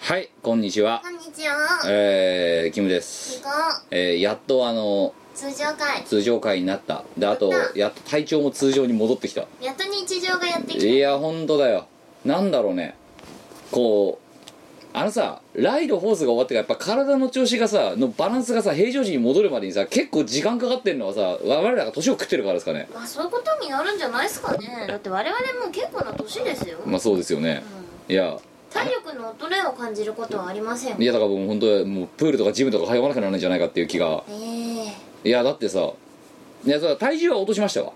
はいこんにちはこんにちは。えー、キムですす、ごい。えー、やっとあの通常会。通常回になったであとやったやっと体調も通常に戻ってきたやっと日常がやってきいやほんとだよなんだろうねこうあのさライドホースが終わってからやっぱ体の調子がさのバランスがさ平常時に戻るまでにさ結構時間かかってんのはさ我々らが年を食ってるからですかねた。まあそういうことになるんじゃないですかね。だって我々もう結構な年ですよ。うんまあそうですよねいや体力の衰えを感じることはありません。いえやだからもう本当もうプールとかジムとか通わなくならないんじゃないかっていう気がえいやだってさいやそう体重は落としましたわ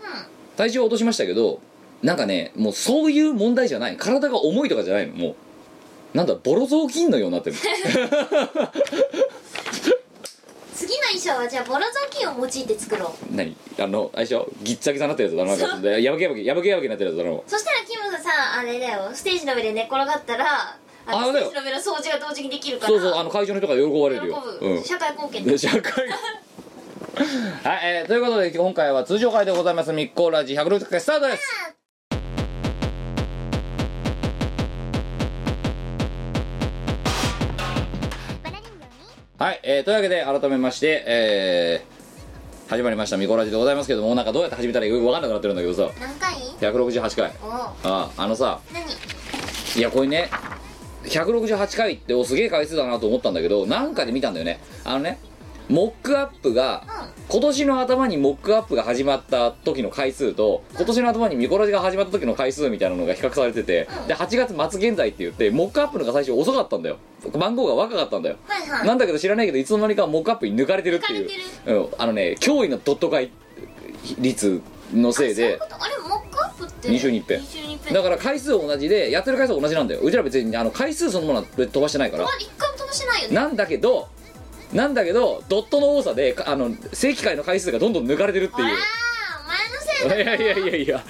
体重は落としましたけどなんかねもうそういう問題じゃない体が重いとかじゃないのもうなんだボロ雑巾のように なってる次の衣装はじゃあボロ雑巾を用いて作ろう。何あの相性ギッザギザになってるやつだななんかやばけやばけやばけやばけになってるやつだなもそしたらキムがさあれだよステージの上で寝っ転がったらあのあスだテよージの上の掃除が同時にできるうから。そうそうあの会場の人が喜ばれるよ喜ぶ、社会貢献うん社会 はい、えーということで今回は通常会でございます密航ラジ160回スタートですはい、えーというわけで改めまして、えー始まりました「ミコラジ」でございますけどもなんかどうやって始めたらいいかよく分かんなくなってるんだけどさ何回168回おうああのさ何いやこれね168回っておすげえ回数だなと思ったんだけどなんかで見たんだよねあのねモックアップが今年の頭にモックアップが始まった時の回数と今年の頭にミコラジが始まった時の回数みたいなのが比較されててで8月末現在って言ってモックアップのが最初遅かったんだよ番号が若かったんだよはいはいなんだけど知らないけどいつの間にかモックアップに抜かれてるっていう抜うん、あのね驚異のドット買い率のせいであそういうことあれモックアップって二週に一遍二週に一だ遍から回数は同じでやってる回数は同じなんだようちら別にあの回数そのものは飛ばしてないからまあ一回も飛ばしてないよねなんだけどなんだけどドットの多さでかあの正規回の回数がどんどん抜かれてるってあいうあいやお前のせいいだやいやいやいや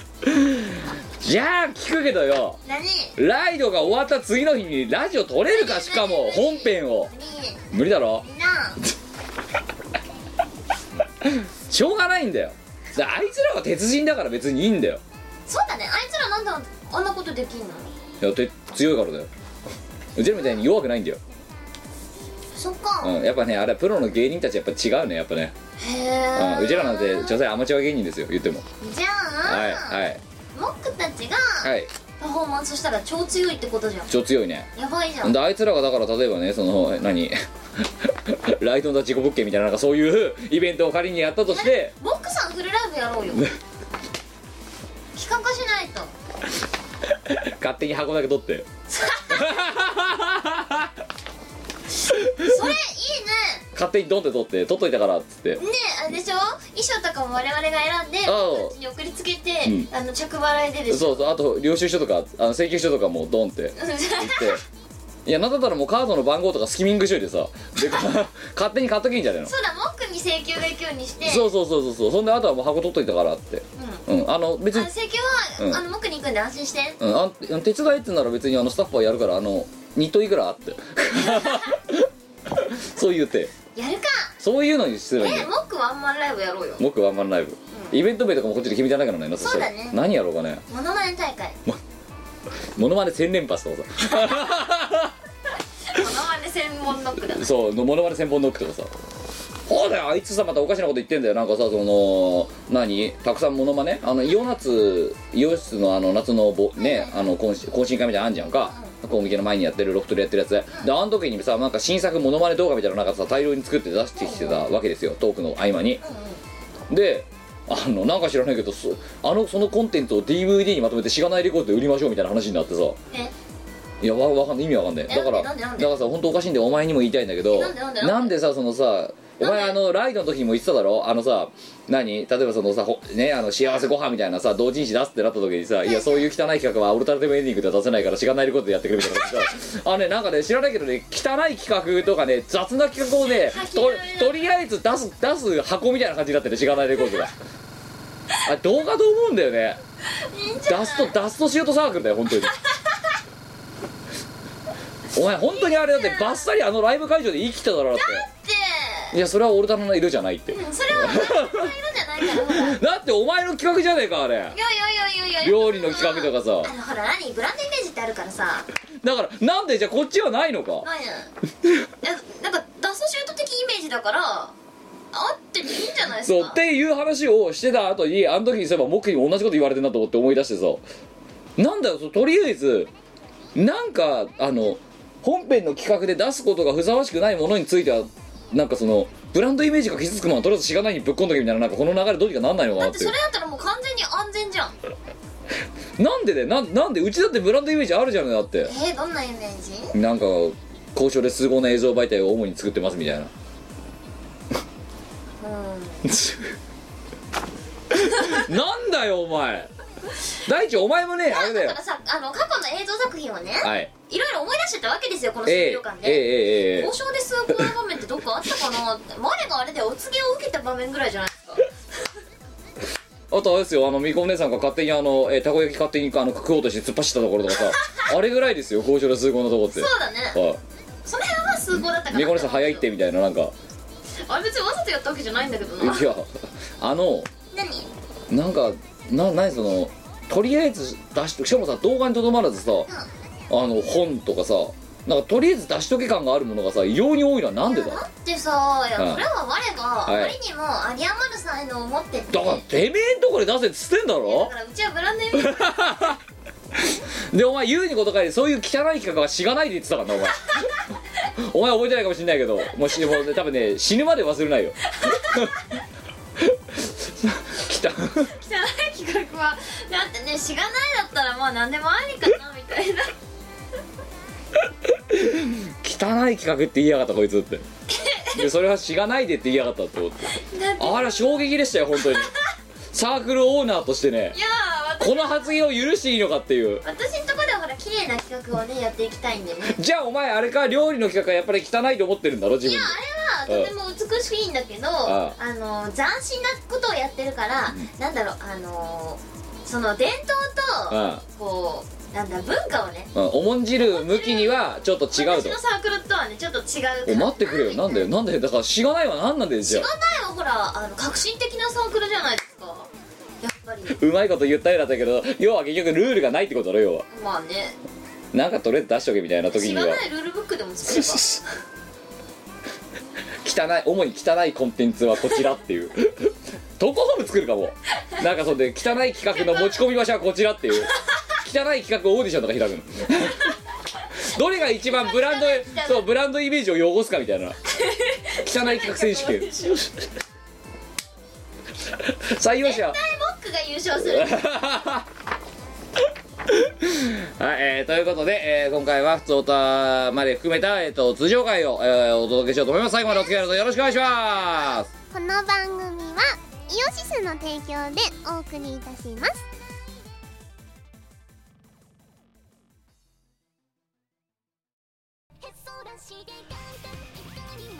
じゃあ聞くけどよ何ライドが終わった次の日にラジオ撮れるかしかも本編を何無理だろみんなしょうがないんだよだあいつらは鉄人だから別にいいんだよそうだねあいつらなんであんなことできんのいやて強いからだようちらみたいに弱くないんだよ、そっか、うん、やっぱねあれはプロの芸人たちやっぱ違うねやっぱね、へうんえ、うちらなんて女性アマチュア芸人ですよ言ってもじゃあ、はいはいモックたちがはいパフォーマンスしたら超強いってことじゃん超強いねやばいじゃんであいつらがだから例えばねその何 ライトンダ事故物件みたいななんかそういうイベントを仮にやったとしてモックさんフルライブやろうよ企画しないと勝手に箱だけ取ってそれいいね勝手にドンって取って取っといたからっつってねあれでしょ衣装とかも我々が選んでああモックたちに送りつけて、うあの着払いででしょそうそうあと領収書とかあの請求書とかもドンって 言っていやなんだったらもうカードの番号とかスキミングしといてさで勝手に買っとけんじゃねえのそうだモックに請求が行くようにしてそうそうそうそうそうそんであとはもう箱取っといたからってううんあの別ん、あにの請求は、うんあのモックに行くんで安心してうん、あん手伝えってなら別にあのスタッフはやるからあのニットいくらって そう言ってやるかそういうのにすればいいんだえよモックワンマンライブやろうよ僕ワンマンライブ、うんイベント名とかもこっちで決めてなきゃならないなそしたらそうだね何やろうかねモノマネ大会モノマネ1000連発とかモノマネ専門ノックださそうのモノマネ1000本ノックとかさそうだよあいつさまたおかしなこと言ってんだよなんかさその何たくさんモノマネあのイオナツイオシスのあの夏のぼねあの懇親懇親会みたいなのあんじゃんかコミケの前にやってるロフトでやってるやつであの時にさなんか新作モノマネ動画みたいなのなんかさ大量に作って出してきてたわけですよトークの合間にうんうんであのなんか知らないけどそあのそのコンテンツを DVD にまとめてしがないレコードで売りましょうみたいな話になってさえいやわわかんない意味わかんないえだからなだんでなんかでらさ本当おかしいんでお前にも言いたいんだけどえなんでなんでなんでなんでさそのさお前あのライドの時も言ってただろあのさ何例えばそのさほねあの幸せご飯みたいなさ同人誌出すってなった時にさ「いやそういう汚い企画はオルタナティブエンディングでは出せないからしがないレコードでやってくれ」みたいなこ とさあのねなんかね知らないけどね汚い企画とかね雑な企画を ねととりあえず出す出す箱みたいな感じになってるしがないレコードがあ動画と思うんだよねいいんじゃなダいストダストシュートサークルだよ本当に お前本当にあれだってバッサリあのライブ会場で生きてただろだっっていやそれはオルタナの色じゃないっててそれは私の色じゃないから ほらいやだってお前の企画じゃねえかあれいやいやいやいや料理の企画とかさあのほら何ブランドイメージってあるからさだからなんでじゃあこっちはないのか ないねえなんかダストシュート的イメージだからあってていいんじゃないですそうかっていう話をしてた後にあの時にそういえば僕にも同じこと言われてんなと思って思い出してさなんだよそうとりあえずなんかあの本編の企画で出すことがふさわしくないものについてはなんかそのブランドイメージが傷つくものはとりあえずしがないにぶっ込んどけみたいななんかこの流れどうにかなんないのかだなっっててそれだったらもう完全に安全じゃんなんでで、ね、なんなんでうちだってブランドイメージあるじゃんだってえー、どんなイメージなんか交渉で通合な映像媒体を主に作ってますみ たいなうんなんだよお前大地お前もねあれだだよからさあの過去の映像作品をねはいいろいろ思い出してたわけですよこのえ終え了感ええでええええ交渉で吸うこの場面ってどっかあったかなって我があれでお告げを受けた場面ぐらいじゃないですかあとあれですよあのみこお姉さんが勝手にあの、えーたこ焼き勝手にあの食おうとして突っ走ったところとか さあれぐらいですよ交渉で通行のとこってそうだねはその辺は数合だったかいらみこお姉さん早いってみたいななん かあれ別にわざとやったわけじゃないんだけどないやあの何なんかな何そのとりあえず出しとしかもさ動画にとどまらずさあの本とかさなんかとりあえず出しとけ感があるものがさ異様に多いのはなんでだだってさいやうんこれは我があはいまりにも有山る才能を持っててだからてめえんとこで出せっつってんだだろからうちはブランドイメージでお前言うにことかりそういう汚い企画はしがないで言ってたから なお前お前覚えてないかもしれないけどもうしもうね多分ね死ぬまで忘れない よきた汚い企画はだってねしがないだったらまあ何でもありかなみたいな汚い企画って言いやがったこいつってでそれはしがないでって言いやがったって思ってだってあら衝撃でしたよ本当にサークルオーナーとしてねいやー私この発言を許していいのかっていう私んとこではほら綺麗な企画をねやっていきたいんでね じゃあお前あれか料理の企画はやっぱり汚いと思ってるんだろ自い分やであれはとても美しいんだけどああの斬新なことをやってるからなんだろうあのその伝統とうんこうなんだ文化をねうん、重んじる向きにはちょっと違う私とのサークルとはねちょっと違おう待ってくれよなんだよなんだよだからしがないは何なんだよじゃあ知らないはほらあの革新的なサークルじゃないですかやっ ぱりうまいこと言ったようだったけど要は結局ルールがないってことだろ要はまあねなんかとりあえず出しとけみたいな時知にらはないルールブックで も作れば汚い主に汚いコンテンツはこちらっていう投稿フォーム作るかもなんかそれで汚い企画の持ち込み場所はこちらっていう汚い企画オーディションとか開くのどれが一番ブランドそうブランドイメージを汚すかみ たいな汚い企画選手権採用者絶対僕が優勝 するはい、えーということで、えー今回は普通歌まで含めた、えー、と通常回を、えーお届けしようと思います最後までお付き合いのほどよろしくお願いしますこの番組はイオシスの提供でお送りいたします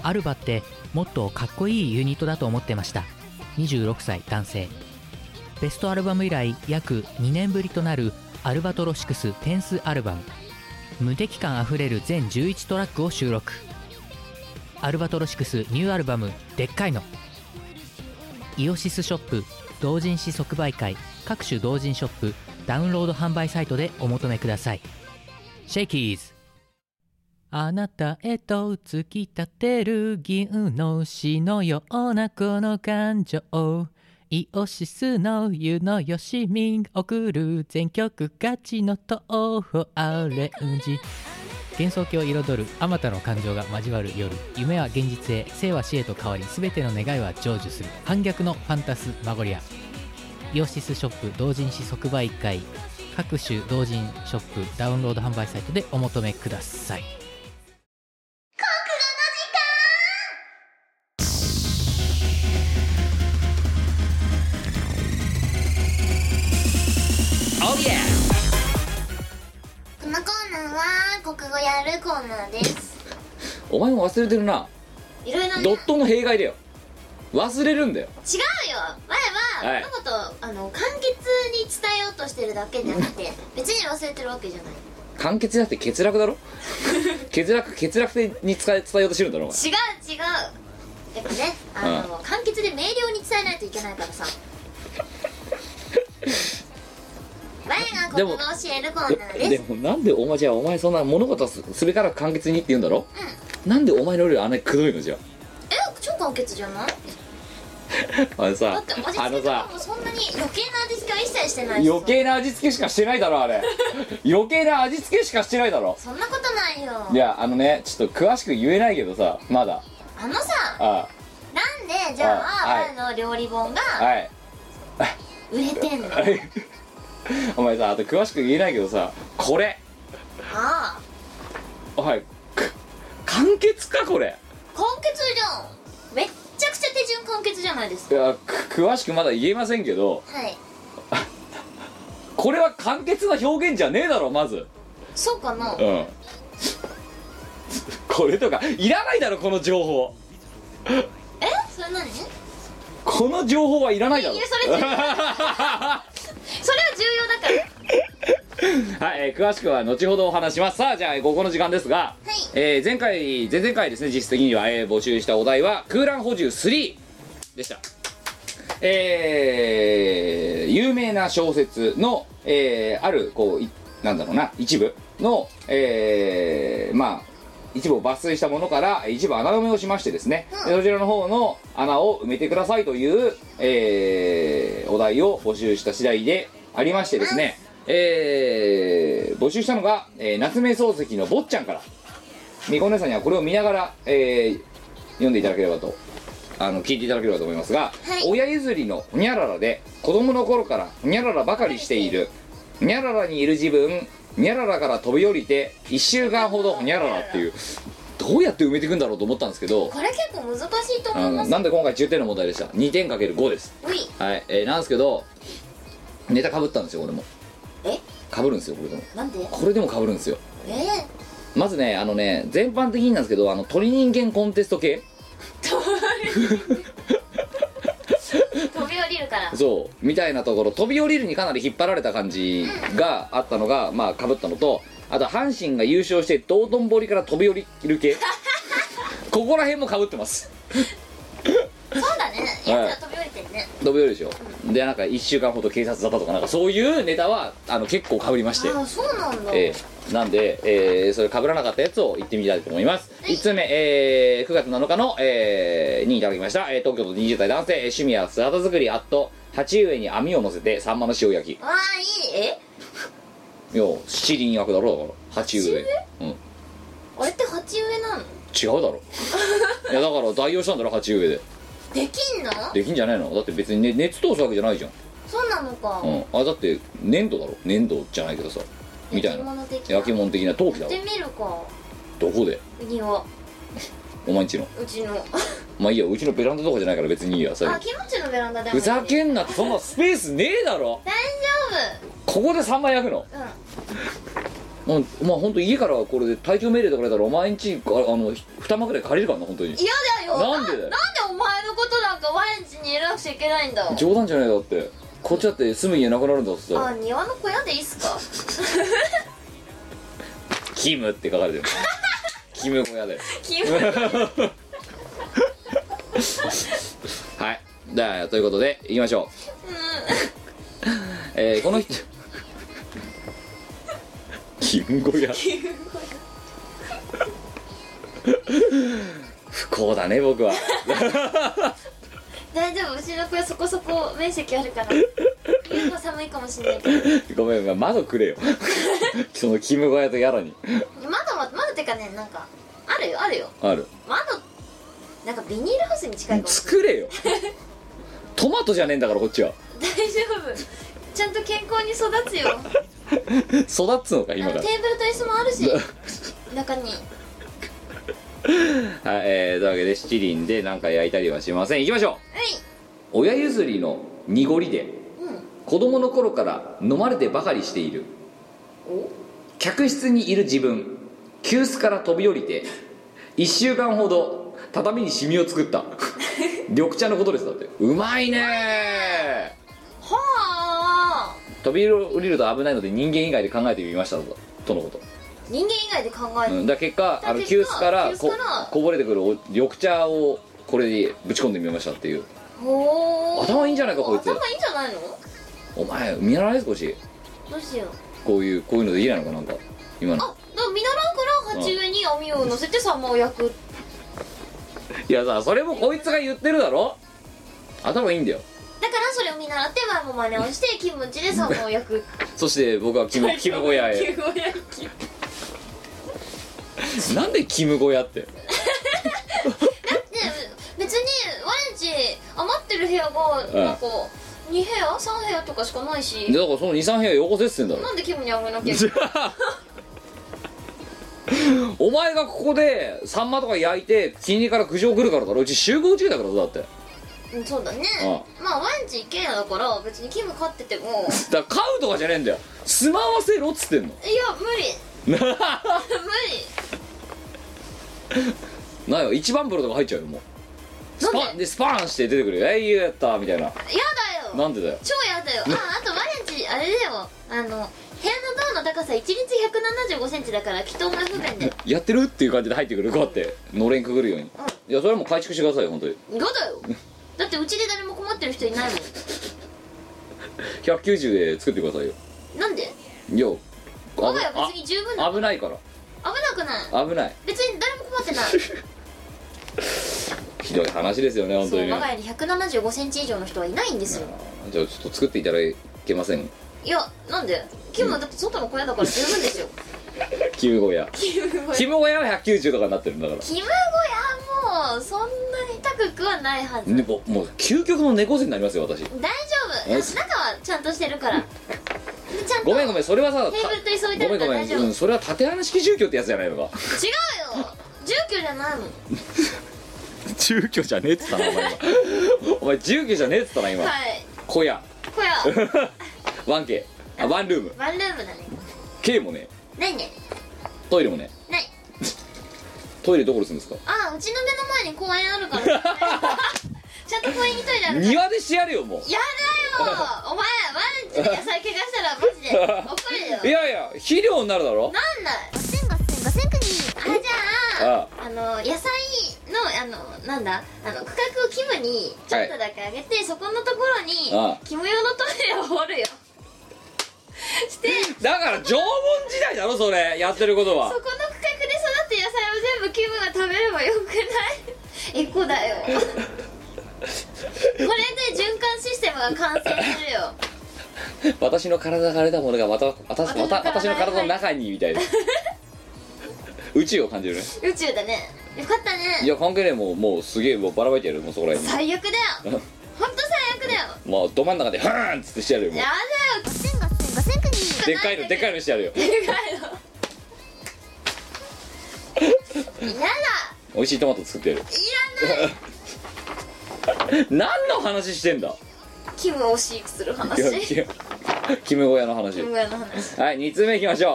アルバってもっとかっこいいユニットだと思ってました26歳男性ベストアルバム以来約2年ぶりとなるアルバトロシクステンスアルバム無敵感あふれる全11トラックを収録アルバトロシクスニューアルバム「でっかいの」イオシスショップ同人誌即売会各種同人ショップダウンロード販売サイトでお求めくださいシェイキーズあなたへと突き立てる銀の詩のようなこの感情イオシスの湯のよしみん送る全曲勝ちの東宝アレンジ幻想郷を彩るあまたの感情が交わる夜夢は現実へ生は死へと変わり全ての願いは成就する反逆のファンタスマゴリアイオシスショップ同人誌即売会各種同人ショップダウンロード販売サイトでお求めくださいこのコーナーは国語やるコーナーですお前も忘れてるないろいろね違うドよットの弊害だよ忘れるんだよ前ははい物事をあの簡潔に伝えようとしてるだけじゃなくて別に忘れてるわけじゃない完結だって欠落だろ 欠落欠落に使え伝えようとしてるんだろお前違う違うやっぱねあの簡潔で明瞭に伝えないといけないからさ我が国語を教えるコーナーでですもなんでお前じゃあお前そんな物事すするから簡潔にって言うんだろ、なんでお前の料理あんなにくどいのじゃえ超簡潔じゃないああのださって味あ付のけとかさもそんなに余計な味付けは一切してないし余計な味付けしかしてないだろあ れ余計な味付けしかしてないだろそんなことないよいやあのねちょっと詳しく言えないけどさまだあのさあなんでじゃああはい前の料理本があはい 売れてんのあれお前さあと詳しく言えないけどさこれああおいく簡潔かこれ簡潔じゃんめっちゃくちゃ手順簡潔じゃないですいかやく詳しくまだ言えませんけどはいこれは簡潔な表現じゃねえだろまずそうかなうん これとかいらないだろこの情報えそれ何それこの情報はいらないだろいやそ れはは重要だからい、えー詳しくは後ほどお話しますさあじゃあここの時間ですが、えー前回前々回ですね実質的には、えー募集したお題は「空欄補充3」でしたえー有名な小説の、えーあるこういなんだろうな一部の、えーまあ一部を抜粋したものから一部穴埋めをしましてですね、でそちらの方の穴を埋めてくださいという、えーお題を募集した次第でありましてですね、えー募集したのが、えー夏目漱石の坊ちゃんからみこねさんにはこれを見ながら、えー読んでいただければとあの聞いていただければと思いますが、はい親譲りのにゃららで子供の頃からにゃららばかりしているにゃららにいる自分にゃららから飛び降りて1週間ほどにゃららっていうどうやって埋めていくんだろうと思ったんですけどこれ結構難しいとあ思いのますなんで今回10点の問題でした2点かける5ですういはい、えーなんですけどネタかぶったんですよ俺もえかぶるんですよこれでもなんでこれでもかぶるんですよえー、まずねあのね全般的になんですけどあの鳥人間コンテスト系飛び降りるからそうみたいなところ飛び降りるにかなり引っ張られた感じがあったのがまあかぶったのとあと阪神が優勝して道頓堀から飛び降りる系ここら辺もかぶってますそうだねやつは飛び降りてるね、飛び降りるでしょでなんか1週間ほど警察だったとかなんかそういうネタはあの結構かぶりましてああそうなんだ、えーなんで、えーそれ被らなかったやつを言ってみたいと思います1通目、えー9月7日の、えーにいただきました、えー東京都20代男性えー趣味は素肌作りあっと鉢植えに網を乗せてサンマの塩焼きわあいいえいや七輪役だろだから鉢植えあれって鉢植えなうのん違うだ ろいやだから代用したんだろ鉢植えでできんのできんじゃないのだって別に、ね、熱通すわけじゃないじゃん、そうなのか、うん、あだって粘土だろ粘土じゃないけどさみたいな物的な焼き物的な陶器だやろってみるかどこでウニはお前んちのうちのあまあいいやうちのベランダとかじゃないから別にいいやそれキムチのベランダだもふんざけんなってそんなスペースねえだろ大ここで3枚焼くの丈夫うんうんまあ本当家からこれで体調命令とか出たらお前んちああの2幕ぐらい借りるからな本当に嫌だよなんでだよなんでお前のことなんかワインチに入れなくちゃいけないんだ冗談じゃないだってこっちだって住む家なくなるんだってあさ庭の小屋でいいっすか「キム」って書かれてるキム小屋でキムはいだということでいきましょう、えーこの人キム小屋キム不幸だね僕は大丈夫うちの小屋そこそこ面積あるから冬も寒いかもしれないけごめんごめん窓くれよそのキム小屋とやらにど窓も窓ってかねなんかあるよあるよある窓なんかビニールハウスに近いかもしれない作れよトマトじゃねえんだからこっちは大丈夫ちゃんと健康に育つよ育つのかあ今のかテーらブルと椅子もあるし中にはい、えー、というわけで七輪で何か焼いたりはしませんいきましょう親譲りの濁りでうん子供の頃から飲まれてばかりしているお客室にいる自分急須から飛び降りて1週間ほど畳にシミを作った緑茶のことですだってうまいねはあ飛び降りると危ないので人間以外で考えてみましたととのこと人間以外で考える、うん、だから結果だあの結急果須からこ急須からこぼれてくるお緑茶をこれにぶち込んでみましたっていうほー頭いいんじゃないかこいつ頭いいんじゃないのお前見習え少しどうしようこういうこういうのでいいのかなんか今のあだから見習うから鉢植えに網を乗せてサンマを焼くいやさそれもこいつが言ってるだろ頭いいんだよだからそれを見習って前も真似をしてキムチでサンマを焼くそして僕はキムキムゴヤキへムゴヤ焼きなんでキムゴヤってで別に我んち余ってる部屋んがなんか2部屋3部屋とかしかないしだからその23部屋よこせっつってんだろ なんでキムにあげなきゃいけじゃあお前がここでサンマとか焼いて近隣から苦情来るからだろうち集合中だからだってだかないうんそうだねまあ我んち一軒家だから別にキム飼っててもいやら買うとかじゃねえんだよ住まわせろっつってんの 無理無理なんよ一番風呂とか入っちゃうよもうスなパんンでスパーンして出てくるよ「えいやった」みたいなやだよなんでだよ超やだよああと我んちあれだよあの部屋のドアの高さ1日1 7 5センチだからきっとお前不便でやってるっていう感じで入ってくるこうやってのれんくぐるようにいやそれはもう改築してくださいよ本当にやだよだってうちで誰も困ってる人いないも190で作ってくださいよんなんでいや我が家別に十分だあ危ないから危なくない危ない別に誰も困って ないひどい話ですよね本当そにうね我が家に1 7 5センチ以上の人はいないんですよじゃあちょっと作っていただけませんいやなんでキムはだって外の小屋だから十分ですよキムゴヤキム小 屋キムゴヤは190とかになってるんだからキム小屋もそんなに高くはないはずねもうもう究極の猫背になりますよ私大丈夫よし中はちゃんとしてるからちゃんとごめんごめんそれはさテーブルと椅子置いてごめあるんかごらめ大ん、丈夫違ううよん、それは縦穴式住居ってやつじゃないの か 住居じゃないもん住居じゃねえっつったなお前今お前住居じゃねえっつったな今、はい小屋小屋 1K あワンルームワンルームだね K もねないねトイレもねないトイレどこにするんですかあうちの目の前に公園あるからちゃんと公園にトイレあるから庭でしてやるよもうやだよお前毎日で野菜怪我したらマジで怒るよいやいや肥料になるだろなんだガセンガセンガセンクニーあじゃあああの野菜のあのなんだあの区画をキムにちょっとだけあげて、そこのところにあキム用のトイレを掘るよしてだから縄文時代だろそれやってることそこはの区画で育って野菜を全部キムが食べればよくない エコだよこれで循環システムが完成するよ私の体が荒れたものがまた私また私私のの体体がの中にみたいな宇宙を感じるね宇宙だねよかったいねや関係ねえもうもうすげえもうばらまいてやるよもうそこら辺に最悪だよほんと最悪だよまあど真ん中でハーンっつってしてやるよもやう ガセンガセンガセンクニーでっかいのでっかいのしてやるよだよでかいのやだ美味しいトマト作ってやるいらな い何の話してんだキムを飼育するい話やキキムキム小屋の話ムがの話はい2通目いきましょ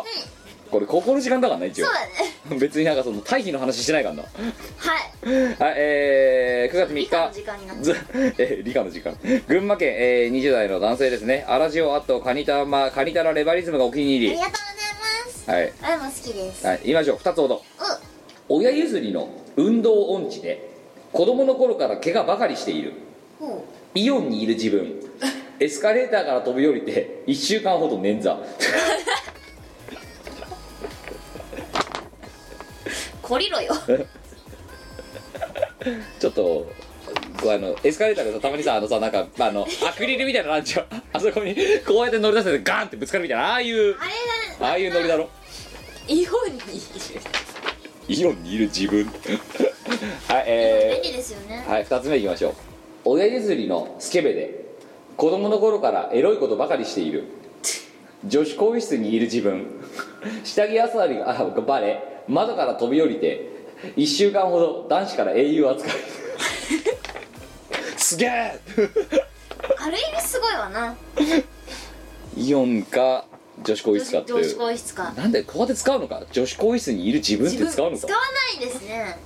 う、これここの時間だからね一応そうだね別になんかその対比の話してないからなはいはいえー、9月3理科の日時間になっちゃずえー理科の時間群馬県、えー、20代の男性ですねアラジオアットカニタマカニタラレバリズムがお気に入ありりがとうございますはい、あれも好きですはい、言いましょう2つほどう親譲りの運動音痴で子供の頃から怪我ばかりしているほイオンにいる自 分エスカレーターから飛び降りて1週間ほど捻挫こりろよちょっとこうあのエスカレーターでさたまにさあのさなんかあのアクリルみたいなのあんじゃん あそこにこうやって乗り出せてガーンってぶつかるみたいなああいうあれだねああいうノリだろイオンにいイるオンにいる自 分はい便え利ですよねー、はい2つ目いきましょう親譲りのスケベで子供の頃からエロいことばかりしている女子更衣室にいる自分下着遊びがあバレ窓から飛び降りて1週間ほど男子から英雄 扱いすげえある意味すごいわなイオンか女子更衣女室か子って女い子更う衣室かなんでここで使うのか女子更衣室にいる自分って使うの使かわないですね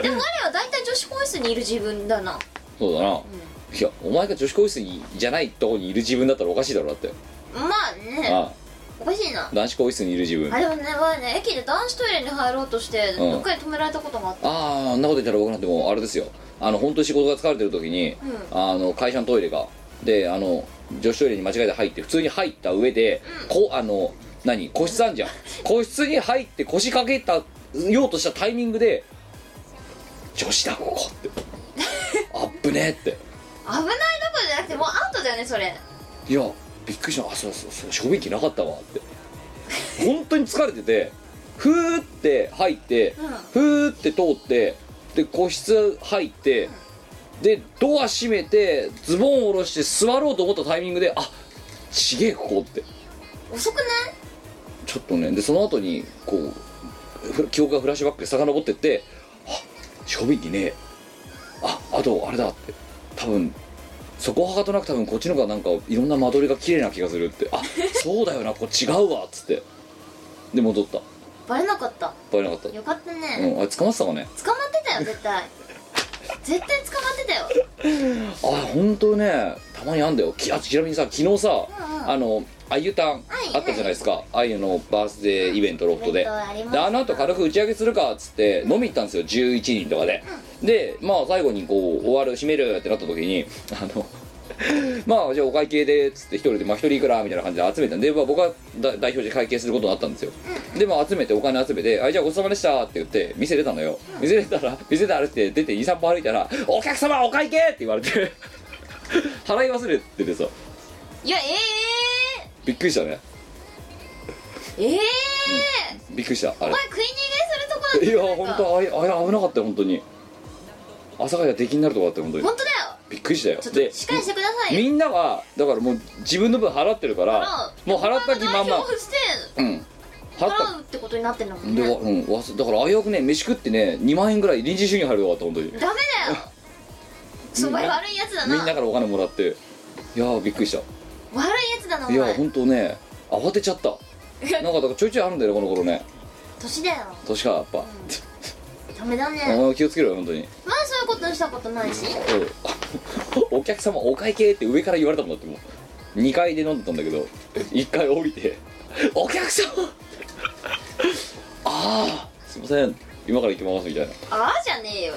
でも我は大体女子更衣室にいる自分だなそうだな、いやお前が女子更衣室にじゃないとこにいる自分だったらおかしいだろだって、まあねああおかしいな男子更衣室にいる自分ああでもね我はね駅で男子トイレに入ろうとしてうんどっかに止められたことがあったああんなこと言ったら僕なんてもうあれですよあの本当に仕事が疲れてる時に、うあの会社のトイレがであの女子トイレに間違えて入って普通に入った上で、こあの何個室あんじゃん個室に入って腰掛けたようとしたタイミングで「女子だここ」って「あっぶね」って危ないどころじゃなくてもうアウトだよねそれいやびっくりしたあそうそうそう消便器なかったわって本当に疲れててふーって入って、うんふーって通ってで個室入ってでドア閉めてズボン下ろして座ろうと思ったタイミングであちげえここって遅くないちょっとねでその後にこうふ記憶がフラッシュバックで遡ってってあ消便器ねえああとあれだって多分そこはかとなく多分こっちの方がなんかいろんな間取りが綺麗な気がするってあそうだよなこれ違うわっつってで戻ったバレなかったバレなかったよかったうね、んあれ捕まってたかね捕まってたよ絶対絶対捕まってたよあ本当ねたまにあんだよきあちなみにさ昨日さ、んうんあのあゆたんあったじゃないですか、あゆのバースデーイベントロフトで、イベントありましでたあの後軽く打ち上げするかっつって飲み行ったんですよ11人とかで、でまあ最後にこう終わる閉めるってなった時にあの まあじゃあお会計でっつって一人でまあ一人いくらみたいな感じで集めたんで、まあ、僕はだ代表して会計することになったんですよ、でまあ集めてお金集めて「あじゃあごちそうさまでした」って言って店出たのよ、店出たら店で歩いて出て23歩歩いたら「お客様お会計!」って言 われて払い忘れててさいやえびっくりしたねえええびっくりしたあおれ前食い逃げすいるやとこだった本当あれあれ危なかったよ本当に朝が出禁になるとこだったよ本当に本当だよびっくりしたよちょっでとしっかりしてくださいよみんなはだからもう自分の分払ってるからもう払った気満代々表してうん払った払うってことになってんだもんでねわうんわすだからあよくね飯食ってね2万円ぐらい臨時収入入るとこだった本当にダメだよそば悪いやつだなみんなからお金もらっていやーびっくりし悪いやつだなおたいや前ー本当ね慌てちゃったなんかだからちょいちょいあるんだよねこの頃ね年だよ年かやっぱ、ダメだお前ねも気をつけろよ本当にまあそういうことしたことないし おお客様お会計って上から言われたもんだってもう2階で飲んでたんだけど1階降りて「お客様ああすいません今から行きます」みたいなああじゃねえよ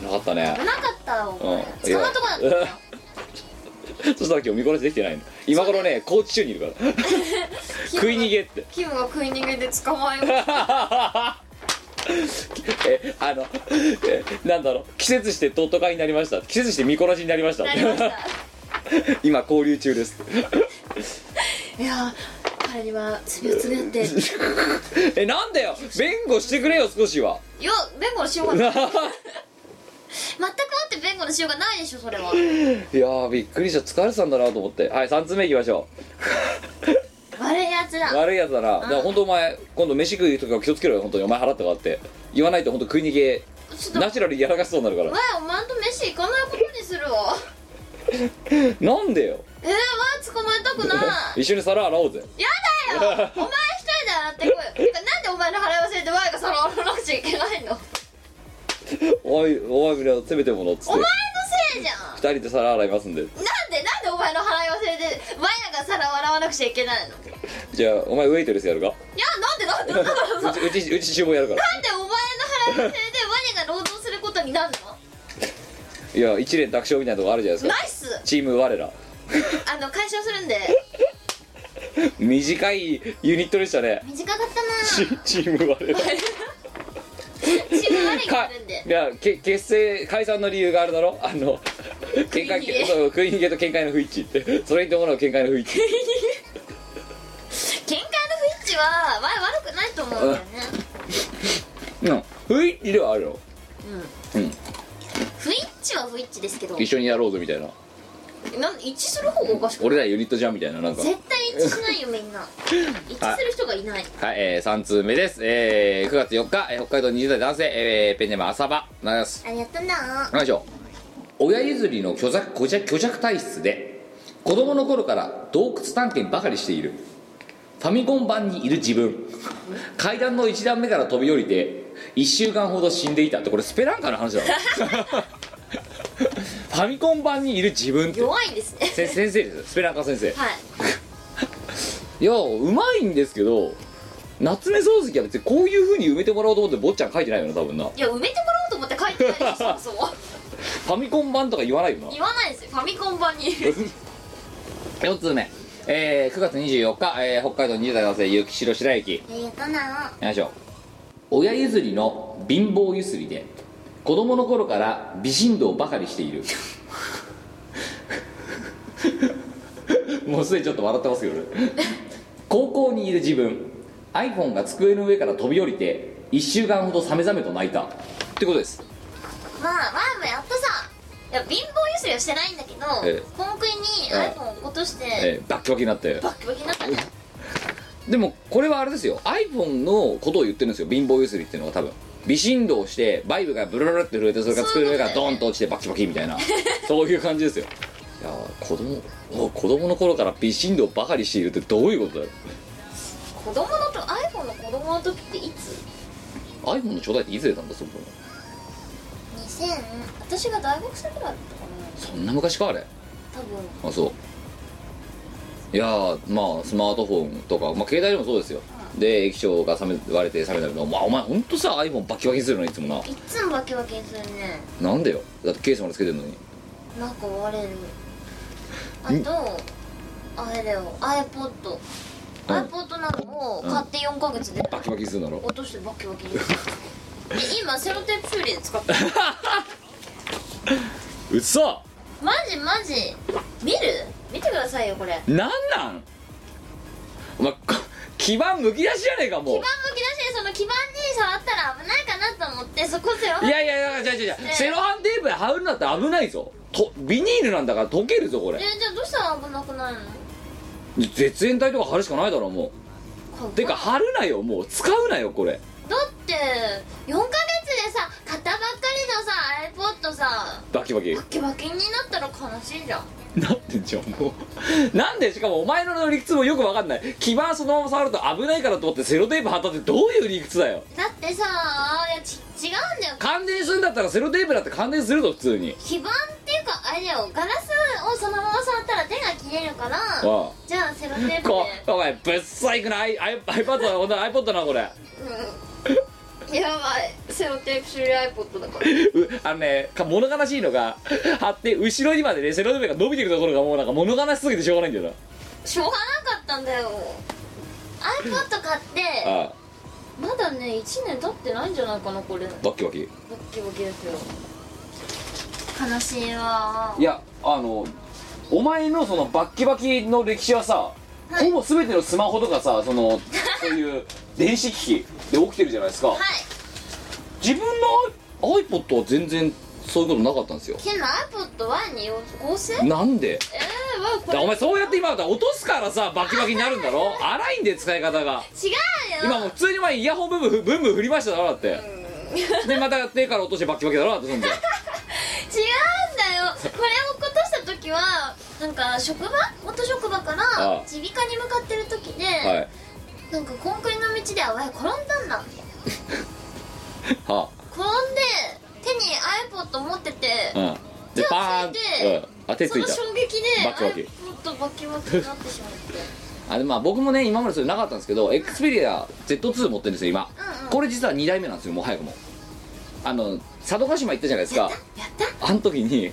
危なかったね危なかったお前うんいや捕まるとこだったよそしたら今日見殺しできてないの今頃ね高知中にいるから 食い逃げってキムが食い逃げで捕まえようえあのえなんだろう季節してトトカイになりました季節して見殺しになりましたな りました今交流中ですいや彼には罪を償 ってえなんだよ弁護してくれよ少しはいや弁護のしようがない全くもって弁護のしようがないでしょそれはいやーびっくりした疲れてたんだなと思ってはい3つ目いきましょ悪いやつうだ悪いやつだなだから本当お前今度飯食う時は気をつけろよ本当にお前払ったからって言わないと本当食い逃げちょっとナチュラルにやらかしそうになるから前お前と飯行かないことにするわなんでよ えー、前捕まえた くない一緒に皿洗おうぜや だよお前一人で洗ってこいてかなんでお前の払い忘れてワイが皿洗わなくちゃいけない のおいお前みらせめてものっつおっ前てのせいじゃん二人で皿洗いますんでなんでなんでお前の払い忘れてワイらが皿を洗わなくちゃいけないのいじゃあお前ウェイトレスやるかやなんでなんでなん でなんでうちうちうち厨房やるからお前の払い忘れてワイが労働することにな るのいや一連卓勝みたいなとこあるじゃないですナかイスチーム我らあの解消するんで短いユニットでしたね短かった チなチーム我らチーム悪いがかあるんでいやけ結成解散の理由があるだろあの喧食い逃げ嘩そう食い逃げと見解の不一致ってそれに伴う見解の不一致喧嘩の不一致はワイ悪くないと思うんだよねうん不一致ではあるようん不一致は不一致ですけど一緒にやろうぜみたいななん一致する方がおかしくない俺らユニットじゃんみたいななんか絶対一致しないよみんな一致する人がいないはい、えー、3通目です、えー、9月4日、えー北海道20代男性、えー、ペンネーム浅場なりますありがとうな何でしょう親譲りの虚弱虚弱虚弱体質で子供の頃から洞窟探検ばかりしているファミコン版にいる自分階段の1段目から飛び降りて1週間ほど死んでいたってこれスペランカの話だろファミコン版にいる自分って弱いんですねせ先生ですスペランカ先生はいいやうまいんですけど夏目漱石は別にこういうふうに埋めてもらおうと思って坊ちゃん書いてないよな多分なフいや埋めてもらおうと思って書いてないですよ そうァミコン版とか言わないよな 言わないですよファミコン版に4通目、えー9月24日、えー北海道20代男性雪城白雪ゆとなよいしょ親譲りの貧乏ゆすりで子供の頃から美人道ばかりしている もうすでにちょっと笑ってますけどね高校にいる自分 iPhone が机の上から飛び降りて1週間ほどさめざめと泣いたってことですまあ前もやったさいや貧乏ゆすりはしてないんだけどええコンクリにええ iPhone を落として、えーバッキバキになってバッキバキになったねでもこれはあれですよ iPhone のことを言ってるんですよ貧乏ゆすりっていうのが多分微振動してバイブがブルルルって震えてそれから作る上からドーンと落ちてバキバキみたいなそういう感じですよいやー子供お子供の頃から微振動ばかりしているってどういうことだよ子供のと iPhone の子供の時っていつ iPhone の頂戴っていつ出たんだそも2000私が大学生くらいだったかそもそんな昔かあれな多分あそういやーまあスマートフォンとか、まあ、携帯でもそうですよで液晶が冷め割れて冷めたけど、まあ、お前ほんとさ iPhone バキバキにするのいつもいっつもバキバキにするねななんでよだってケースまでつけてるのになんか割れるあとあれだよ iPodiPod うんなのを買って4ヶ月でバキバキにするんだろ落としてバキ バキにするで今セロテープ修理で使ってるうそマジマジ見る見てくださいよこれ基なんなんお前こ基盤むき出しじゃねえかも盤向きだしその基盤に触ったら危ないかなと思ってそこセロういやいやいや違う違う違うセロハンテープで貼るんだって危ないぞとビニールなんだから溶けるぞこれえじゃあどうしたら危なくないの絶縁体とか貼るしかないだろもうてか貼るなよもう使うなよこれだって4ヶ月でさ買ったばっかりのさ iPod さバキバ キバキバキになったら悲しいじゃんなってんじゃんもうなんでしかもお前の理屈もよくわかんない基盤そのまま触ると危ないからと思ってセロテープ貼ったってどういう理屈だよだってさいやち違うんだよ感電するんだったらセロテープだって感電するぞ普通に基板っていうかあれだよガラスをそのまま触ったら手が切れるからああじゃあセロテープこお前ぶっさいくない iPad だほんと iPod なこれでやばいセロテープ修理 iPod だからうあのねか物悲しいのが貼って後ろにまでねセロテープが伸びてるところがもうなんか物悲しすぎてしょうがないんだよしょうがなかったんだよ iPod 買ってなああまだね1年経ってないんじゃないかなこれバッバッキバキキバキですよ悲しいわいやあのお前のそのバッキバキの歴史はさ、ほぼ全てのスマホとかさそ のそういう電子機器で起きてるじゃないですか、はい自分の iPod は全然そういうことなかったんですよけど iPod はに合成えなんでえー、わこだれお前そうやって今だから落とすからさバキバキになるんだろ荒いんで使い方が違うよ 今もう普通に前イヤホンブームふブンブン振りましただろだって、でまた手から落としてバッキバキだろだってそんで違うんだよこれを落とした時はなんか職場元職場かあらあ耳鼻科に向かってる時で、 はいなんかコンクリの道であわい転んだんだは転んで手に iPod 持ってて、あうんで手をついてパーンうんあ手つそいのた衝撃でバキバキ iPod バキバキになってしまってあでまあ僕もね今までそれなかったんですけど Xperia Z2 持ってるんですよ今、うんうんこれ実は2代目なんですよもう早くもあの佐渡島行ったじゃないですかやったあの時に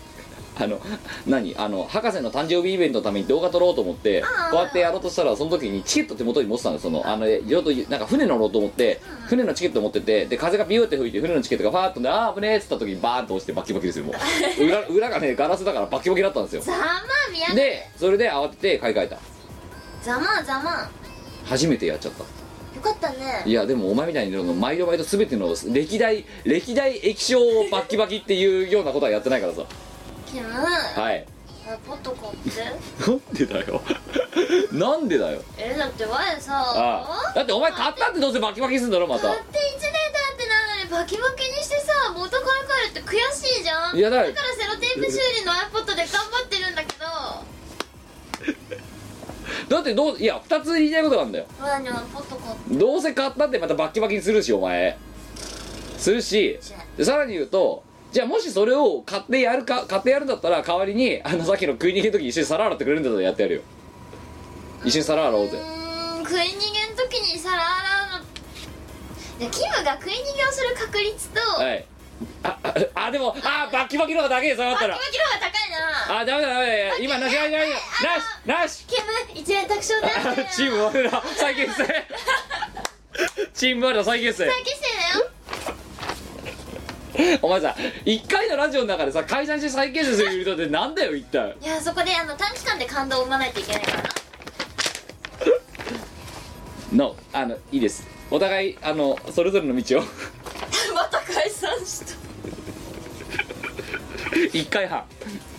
あの何あの博士の誕生日イベントのために動画撮ろうと思ってあこうやってやろうとしたらその時にチケット手元に持ってたんですそのあのよとなんか船乗ろうと思って船のチケット持っててで風がビューって吹いて船のチケットがファーッとねあー危ねえっつった時にバーンと落ちてバキバキですよもう裏裏がねガラスだからバキバキだったんですよざまあみやでそれで慌てて買い替えたざまあざまあ初めてやっちゃったよかったねいやでもお前みたいにその毎度毎度全ての歴代歴代液晶をバッキバキっていうようなことはやってないからさキム、はい iPod 買ってなんでだよ なんでだよえだってわいさああだってお前買ったってどうせバキバキするんだろまただって1年経ってなのにバキバキにしてさ元から帰るって悔しいじゃんいやだからだからセロテープ修理の iPod で頑張ってるんだけどだってどういや2つ言いたいことがあるんだよまだに iPod 買っどうせ買ったってまたバッキバキにするしお前するしでさらに言うとじゃあもしそれを買ってやるか買ってやるんだったら代わりにあのさっきの食い逃げの時に一緒に皿洗ってくれるんだったらやってやるよ一緒に皿洗おうてぜうーん食い逃げの時に皿洗うのいやキムが食い逃げをする確率と、はいあああでもあバッキバキの方が高いよそれだったキバらキの方が高いなあダメだダメだ今なしなしなしなしキム一連卓勝だなったな しチーム我ら再結成チーム我ら再結成再結成だよお前さ1回のラジオの中でさ解散して再結成するユニットってなんだよ一体いやそこであの短期間で感動を生まないといけないからなのあのいいですお互いあのそれぞれの道を また解散した1回半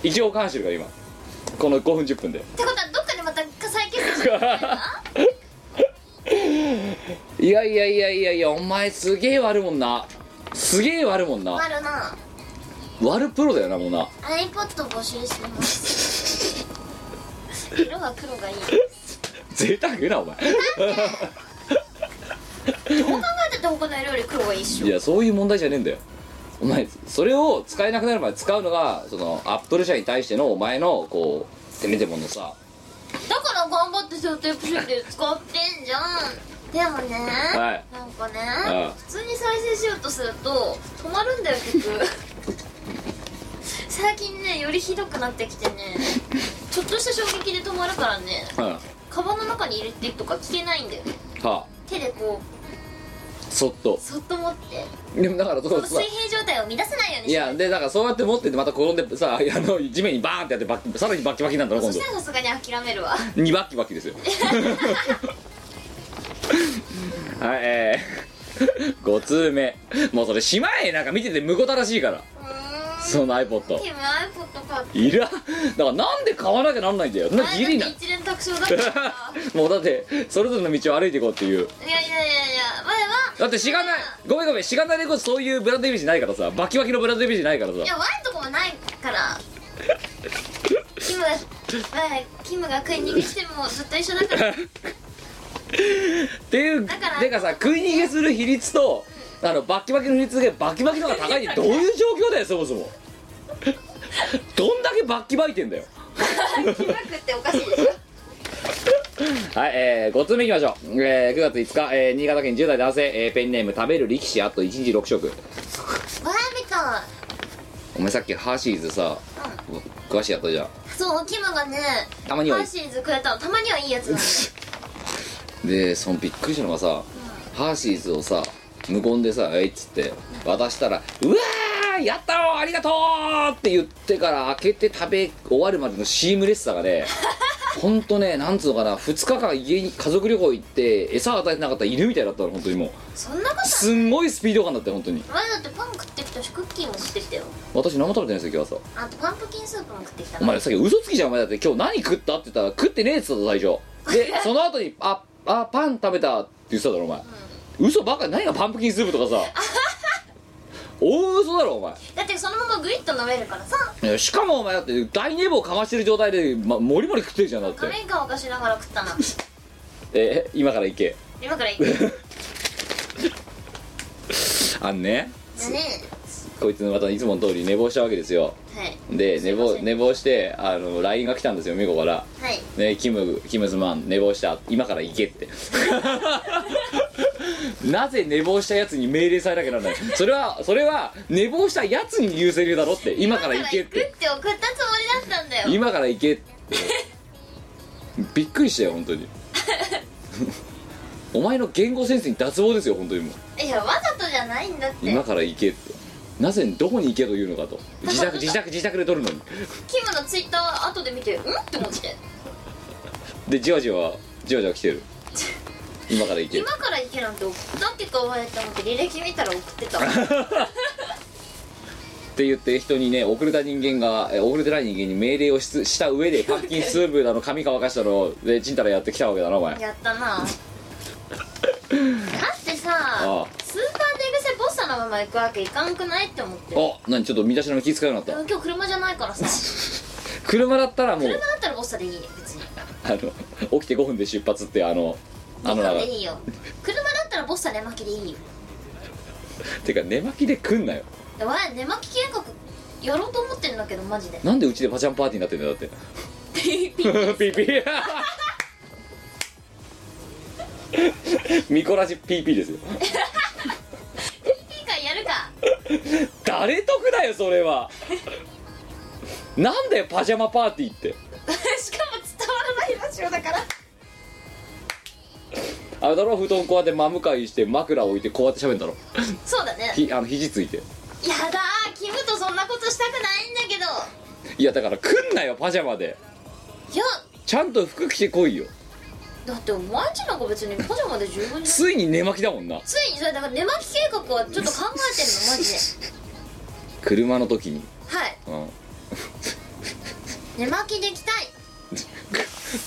一応関してるから今この5分10分で ってことはどっかでまた再結成しなきゃいけないないやいやいやいやいやお前すげえ悪いもんなすげえ悪いもんな困るな悪プロだよなもうな iPod 募集してます色は黒がいいど贅沢言うなお前う考えたって他の色より黒がいいっしょいやそういう問題じゃねえんだよお前それを使えなくなるまで使うのがそのアップル社に対してのお前のこうせめてものさだから頑張ってセロテープシーで使ってんじゃんでもね、はいなんかねああ普通に再生しようとすると止まるんだよ結局 最近ねよりひどくなってきてねちょっとした衝撃で止まるからねうんはカバンの中に入れてとか聞けないんだよねあ手でこそっとうそっと持ってでもだからそこうのさ水平状態を乱さないようにいしやでだからそうやって持っててまた転んでさあの地面にバーンってやってバッキさらにバッキバキなんだろそ今し度たらさすがに諦めるわ2バッキバキですよ はいえー、5通目もうそれしまえなんか見てて無言らしいからうーんその iPod キム iPod 買っていらだからなんで買わなきゃなんないんだよなギリな前だって一連卓勝だったから もうだってそれぞれの道を歩いていこうっていういやいやいやいや前はだってしがないごめんごめんしがないレコードそういうブランドイメージないからさバキバキのブランドイメージないからいさやワインとかもないからキムが前キムが食い逃げしてもずっと一緒だ からっていうだからてかさ食い逃げする比率とあのバッキバキの比率がバキバキの方が高 いってどういう状況だよそもそもどんだけバッキバいてんだよキムが食っておかしいでしょはい、えー、5つ目いきましょう、えー、9月5日、えー、新潟県10代男性、えーペンネーム食べる力士あと1日6食わーみたいお前さっきハーシーズさ詳しいやったじゃんそうキムがねたまにハはーシーズくれたのたまにはいいやつなんだよでそのびっくりしたのがさ、ハーシーズをさ無言でさ「えい」っつって渡したら「うわーやったろありがとう!」って言ってから開けて食べ終わるまでのシームレスさがねほんとねなんつうのかな2日間家に家族旅行行って餌与えてなかった犬みたいだったの本当にもうそんなことすんごいスピード感だったよ本当に前だってパン食ってきたしクッキーも食ってきたよ私何も食べてないですよ今日朝あとパンプキンスープも食ってきたおから前さっき嘘つきじゃんお前だって今日何食ったって言ったら食ってねえって言ってたぞ最 初でその後に「ああパン食べた」って言ってただろお前、嘘ばっかり何がパンプキンスープと かさ大嘘だろお前だってそのままグイッと飲めるからさいやしかもお前だって大寝坊かましてる状態で、ま、もりもり食ってるじゃんだって仮面乾かしながら食ったなえー今から行け今か ら行くねあんねこいつまたいつもの通り寝坊したわけですよはいで寝すいま坊せん寝坊してあの LINE が来たんですよ美子からはいねキムキムズマン寝坊した今から行けってなぜ寝坊したやつに命令されなきゃならないそれはそれは寝坊したやつに言うセリフだろって今から行けっ今てから行くって送ったつもりだったんだよ今から行けってびっくりしたよ本当にお前の言語センスに脱帽ですよ本当にもういやわざとじゃないんだってキム今から行けってなぜどこに行けというのかと自宅自宅自宅で撮るのにのツイッター後で見てうんって思ってでじわじわじわじわ来てる今から行け今から行けなんて送ったってかわれたのって履歴見たら送ってた って言って人にね遅れた人間がえ遅れてない人間に命令をしつした上 でパッキンスープだの髪乾かしたのでちんたらやってきたわけだなお前や ったなだってさあスーパーでぐせボッサのまま行くわけいかんくないって思ってあ何ちょっと身だしなみ気遣うようになっ今日車じゃな いからさた車だったらもう 車だったらボッサでいいよ別にあの起きて5分で出発ってあのあのボッサなでいいよ車だったらボッサ寝巻きでいいよてか寝巻きで来んなよでわ寝巻き計画やろうと思ってんだけど マジでなんでうちでパジャンパーティーになってんだよだってピピピーピー ミコラジピーピーですよピー会やるか 誰得だよそれはなんだよパジャマパーティーってしかも伝わらないラジオだからあれだろ布団こうやって真向かいして枕置いてこうやって喋るんだろそうだねひあの肘ついてやだーキムとそんなことしたくないんだけどいやだから来んなよパジャマでいやちゃんと服着てこいよだってお前んちなんか別にパジャマで十分じゃんついに寝巻きだもんなついにそれだから寝巻き計画はちょっと考えてるのマジで車の時に、はいうん、寝巻きできたい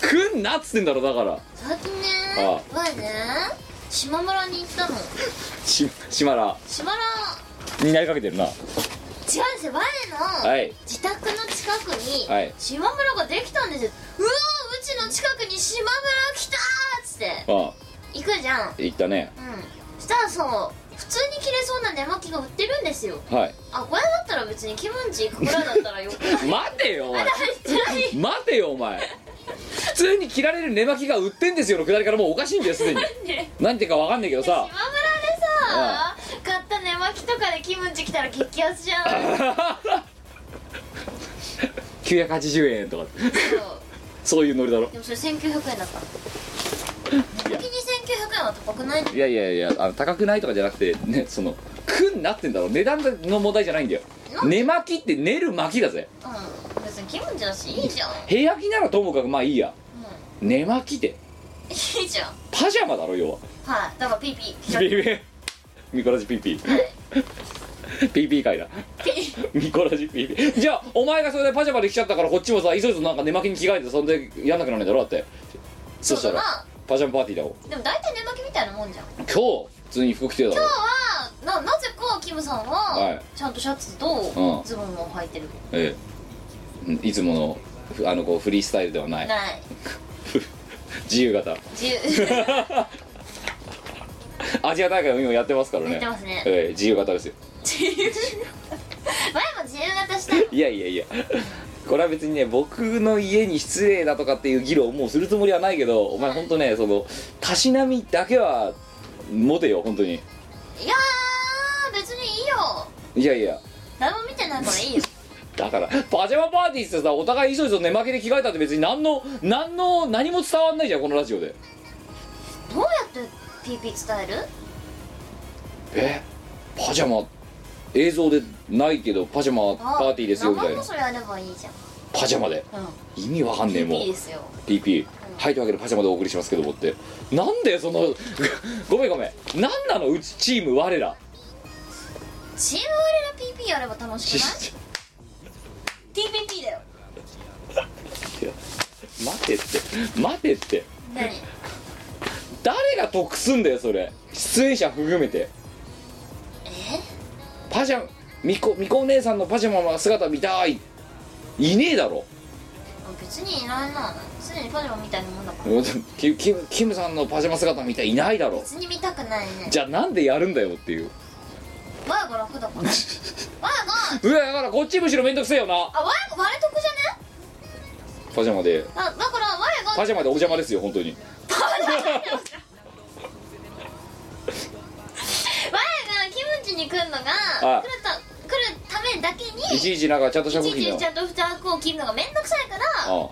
来んなっつってんだろだから最近ねあはね島村に行ったのし島ら島村になりかけてるな違うんですよは前のい自宅の近くにはい島村ができたんですようわーうちの近くに島村来たーっつってあ行くじゃんあ行ったねうんしたらそう普通に着れそうな寝巻きが売ってるんですよはいあこれだったら別にキムンチ行くくらいだったらよくない 待てよお前辛い待てよお前普通に着られる寝巻きが売ってんですよのくだりからもうおかしいんだよすでにねなんていうかわかんないけどさ 島村でさ買った寝巻きとかでキムチ来たら激安じゃん980円とかそうそういうノリだろでもそれ1900円だった寝巻きに1900円は高くないいやいやいやあの高くないとかじゃなくてねそのくんなってんだろ値段の問題じゃないんだよなん寝巻きって寝る巻きだぜうん別にキムチだしいいじゃん、うん、部屋着ならともかくまあいいや寝巻きっていいじゃんパジャマだろ要ははいだからピーピービビミコラジピーピーピーピー会だミコラジピーピーじゃあお前がそれでパジャマで来ちゃったからこっちもさ急いでなんか寝巻きに着替えてそんでやんなくなるんだろだってそしたうだらなパジャマパーティーだろでも大体寝巻きみたいなもんじゃん今日普通に服着てただろ今日はななぜかキムさんははいちゃんとシャツうとんズボンを履いてる、ええうんいつものふあのこうフリースタイルではないない自由形自由 アジア大会も今やってますからねやってますねええ自由形ですよ自由前も自由形したいいやいやい やこれは別にね僕の家に失礼だとかっていう議論をもうするつもりはないけどお前ほんとねそのたしなみだけはモテよ本当にいやー別にいいよいやいや何も見てないからいいよだからパジャマパーティーってさお互い急いで寝負けで着替えたって別に何の何の何も伝わんないじゃんこのラジオでどうやって PP 伝えるえパジャマ映像でないけどパジャマパーティーですよみたい名前なもそれあればいいじゃんパジャマでうん意味わかんねえもう PP ですよ PP はいというわけでパジャマでお送りしますけどもってなんでその ごめんごめんなんなのうちチーム我らチーム我ら PP やれば楽し くない TPP だよ待てって待てって何誰が得すんだよそれ出演者含めてえパジャマみこみこお姉さんのパジャマの姿見たいいねえだろ 別にいないなすでにパジャマみたいなもんだからキキムキムさんのパジャマ姿見たいいないだろ別に見たくないねじゃあなんでやるんだよっていう我が楽 だから我がうわだからこっちむしろめんどくせえよなあ我が我得じゃねパジャマでだだから我パがジャマでお邪魔ですよ本当に我がキムチに来るのがああ来るた来るためだけにいちいちなんかちゃんとしたい服ち着いちのちゃんと二服を着るのがめんどくさいからああ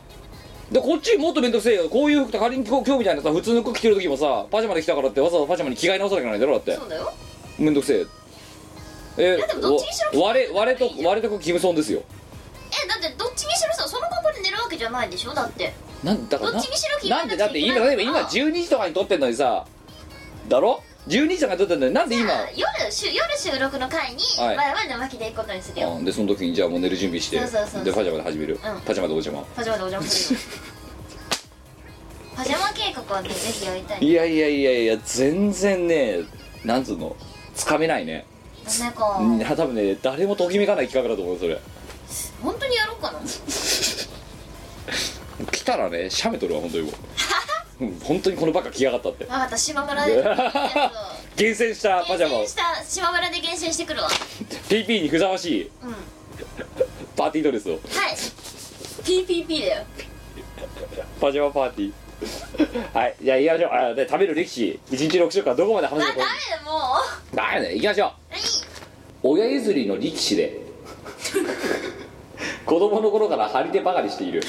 でこっちもっと面倒くせえよこういう服と仮に今日今日みたいなさ普通の服着てる時もさパジャマで来たからってわざわざパジャマに着替え直さなきゃいけないだろだってそうだよ面倒くせええやでもどっちにしろわ我我と我とこキムソンですよえだってどっちにしろさその格好で寝るわけじゃないでしょだってなんだからどっちにしろ着替えななんでだって今なく例ちえゃいばけない今12時とかに撮ってんのにさだろ12時とかに撮ってんのになんで今あ夜しゅ夜収録の回にはい我々寝巻きで行くことにするよあでその時にじゃあもう寝る準備してそうそうそうそうでパジャマで始める、んパジャマでお邪魔パジャマでお邪魔す るよパジャマ計画はねぜひやりたいいやいやいやいや全然ねなんつうのつかめないねダメかうん多分ね誰もときめかない企画だと思うそれ本当にやろうかな来たらねシャメとるわ本当にもう うん本当にこのバカ来やがったって分かった島村で厳選した パジャマを厳選した島村で厳選してくるわ PP にふさわしいうんパーティードレスをはい PPP だよパジャマパーティーはいじゃあ行きましょうあで食べる歴史1日6食からどこまであ話ダせメばいだもういだよね行きましょう何親譲りの力士で 子供の頃から張り手ばかりしている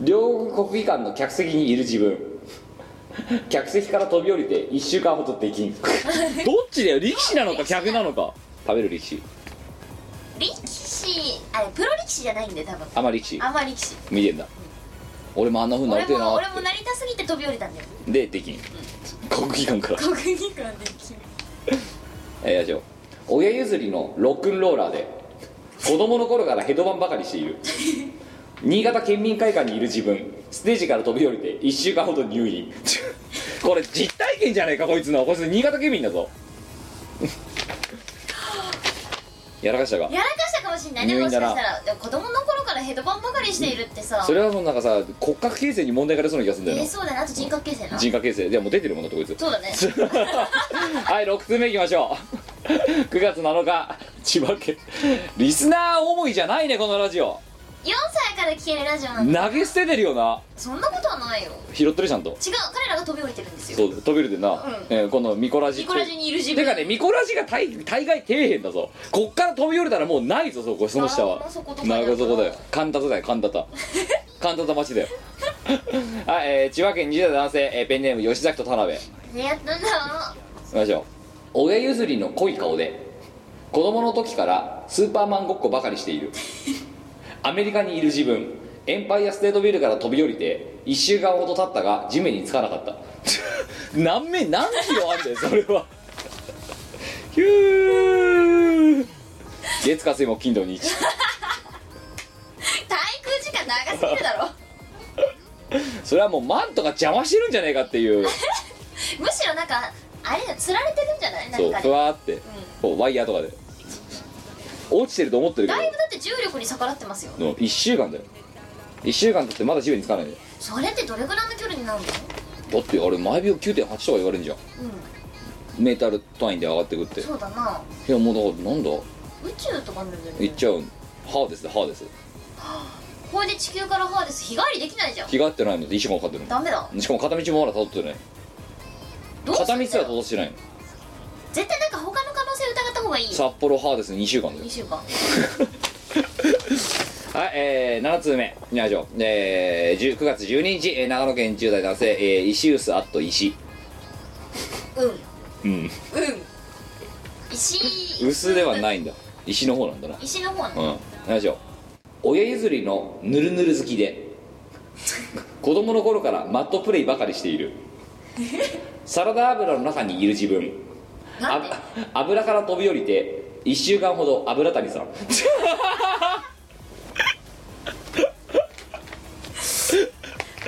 両国国技館の客席にいる自分客席から飛び降りて1週間ほどできん どっちだよ力士なのか客なのか食べる力士力士あれプロ力士じゃないんで多分あま力士あんま力士見てんだ俺もあんなふうになり俺てえもな俺ーもってなりたすぎて飛び降りたんだよでできん国技館から国技館で きるえーよいしょ親譲りのロックンローラーで子供の頃からヘドバンばかりしている新潟県民会館にいる自分ステージから飛び降りて1週間ほど入院これ実体験じゃねえかこいつのこいつ新潟県民だぞやらかしたかやらかしたかもしんないね入も院しだかなしたらでも子供の頃からヘドバンばかりしているってさ、それはもうなんかさ骨格形成に問題が出そうな気がするんえだよーそうだなあと人格形成なな人格形成でもう出てるもんだってこいつそうだねはい6通目いきましょう9月7日千葉県リスナー思いじゃないねこのラジオ4歳から消えるラジオなんて投げ捨ててるよなそんなことはないよ拾ってるちゃんと違う彼らが飛び降りてるんですよそう飛べるでな、えーこのミコラジミコラジにいる自分てかねミコラジが大大概底辺だぞこっから飛び降りたらもうないぞそこその下はなるほどそことかなだよるほどそこだよ神田だよ神田 田神田田町だよ はい、えー千葉県20代男性、えーペンネーム吉崎と田辺ねやったんだいきましょう親譲りの濃い顔で子供の時からスーパーマンごっこばかりしているアメリカにいる自分エンパイアステートビルから飛び降りて1週間ほど経ったが地面につかなかった何面何キロあんだよそれはヒュー月火水木金土日滞空時間長すぎるだ ろそれはもうマントが邪魔してるんじゃねえかっていうむしろなんかあれが釣られてるんじゃないそ何うかふでわーって、こうワイヤーとかで落ちてると思ってるけどだいぶだって重力に逆らってますよの1週間だよ1週間経ってまだ地面につかないでそれってどれぐらいの距離になるのだってあれ毎秒9.8とか言われるんじゃんうメータル単位で上がってくってんそうだないやもうだからなんだ宇宙とかなんだよね行っちゃう歯です歯ですこれで地球からハーデス日帰りできないじゃん日が合ってないので1週間かかってるダメだのしかも片道もまだたどってないどうすんだ片よ道すらたどってないの絶対なんか他の可能性疑った方がいいよ札幌歯です2週間だよ2週間はい、えー、7通目見ましょう、えー、10 9月12日、えー長野県10代男性、えー、石臼あっと石うんうんうん石薄ではないんだ石の方なんだな石の方なうの、ん何でしょう親譲りのぬるぬる好きで子供の頃からマットプレイばかりしているサラダ油の中にいる自分なんであ油から飛び降りて1週間ほど油谷さん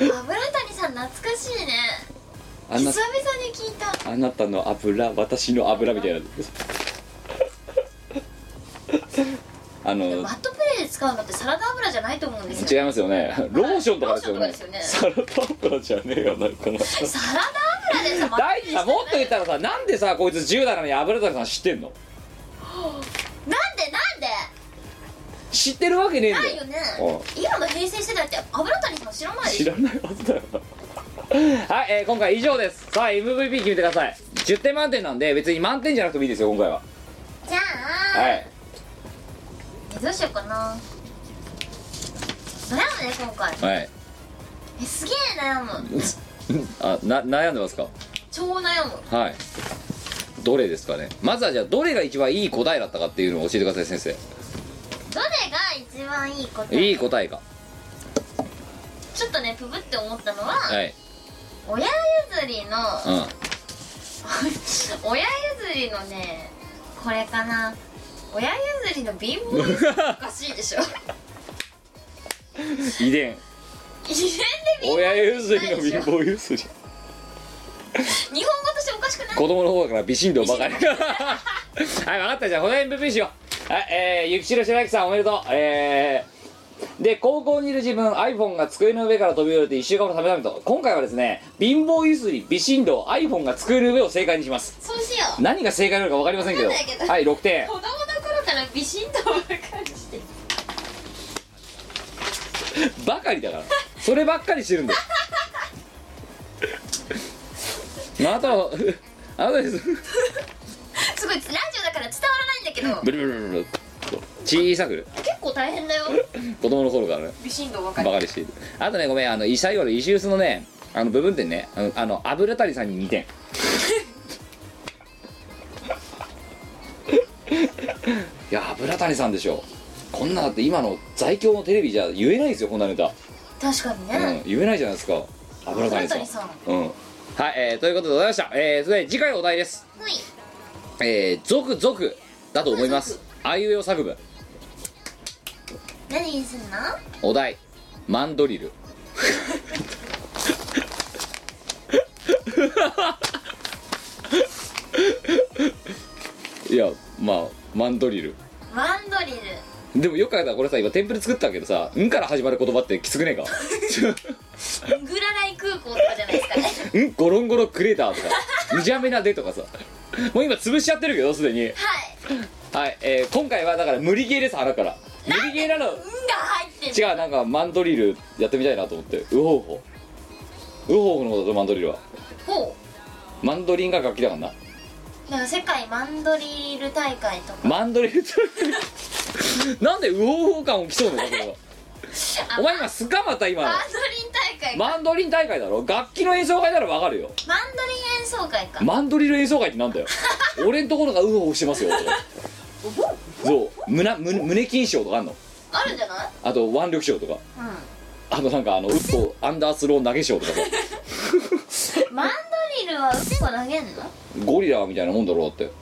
油谷さん懐かしいねあんな久々に聞いたあなたの油私の油みたいなあのバットプレイで使うのってサラダ油じゃないと思うんです違よいますよねローションとかですよねローションとかサラダ油ですじゃねえよなんかなサラダ油でさ大事さもっと言ったらさなんでさこいつ10代なのに油谷さん知ってんのなんでなんで知ってるわけねえんだなよいよねうん今の平成世代って油谷さん知らないで知しょらないはずだよなはい、えー今回以上ですさあ MVP 決めてください10点満点なんで別に満点じゃなくてもいいですよ今回はじゃあ、はいえどうしようかな悩むね今回はいえすげえ悩むあな悩んでますか超悩むはいどれですかねまずはじゃあどれが一番いい答えだったかっていうのを教えてください先どれが一番いいこと生いい答えかちょっとねプブって思ったのは、はい親譲りの、うん 親譲りのねこれかな親譲りの貧 乏さおかしいでしょ遺伝遺伝で貧乏親譲りの貧乏譲り日本語としておかしくない子供の方から微振動ばかり はい分かったじゃあこの MVP しようはいえー、ゆきしろ白木さんおめでとうえーで高校にいる自分 iPhone が机の上から飛び降りて1週間も食べためと今回はですね貧乏ゆすり微振動 iPhone が机の上を正解にしますそうしよう何が正解なのか分かりませんけどわかんないけどはい6点子供の頃から美人とばかりしてばかりだからそればっかりしてるんだよあなたはあなたですすごいラジオだから伝わよブルブルブルブルと小さく結構大変だよ子供の頃からね微振動分かバるカにしているあとねごめんあの最後の石臼のねあの部分点ねあのあの油谷さんに2点 いや油谷さんでしょこんなだって今の在京のテレビじゃ言えないですよこんなネタ、確かにうねん、言えないじゃないですか油谷さん油谷さんうんはい、えーということでございました、えー、それでは次回のお題ですはいえー、続々だと思いますあいうえお作文何にすんのお題マンドリルいやまあマンドリルマンドリルでもよく考えたらこれさ今テンプレ作ったけどさ「ん」から始まる言葉ってきつくねえかグラライ空港とかじゃないですかね「ん」「ゴロンゴロクレーター」とか「むじゃめなで」とかさもう今潰しちゃってるけどすでにはいはい、えー今回はだから無理ゲーです腹から無理ゲーなの「ん」が入ってる違うなんかマンドリルやってみたいなと思ってウホウホウホウホのことだとマンドリルはほマンドリンが楽器だからなうなんか世界マンドリル大会とかマンドリルとなんでウホウホ感を競うのかこれはお前今スカまた今のマンドリン大会かマンドリン大会だろ楽器の演奏会ならわかるよマンドリン演奏会かマンドリル演奏会ってなんだよ俺んところがウホウホしてますよそう胸胸胸筋賞とかあんのあるんじゃないあと腕力賞とかうあとなんかあのウッドアンダースロー投げ賞とかさんマンドリルはウッコ投げんのゴリラみたいなもんだろうだって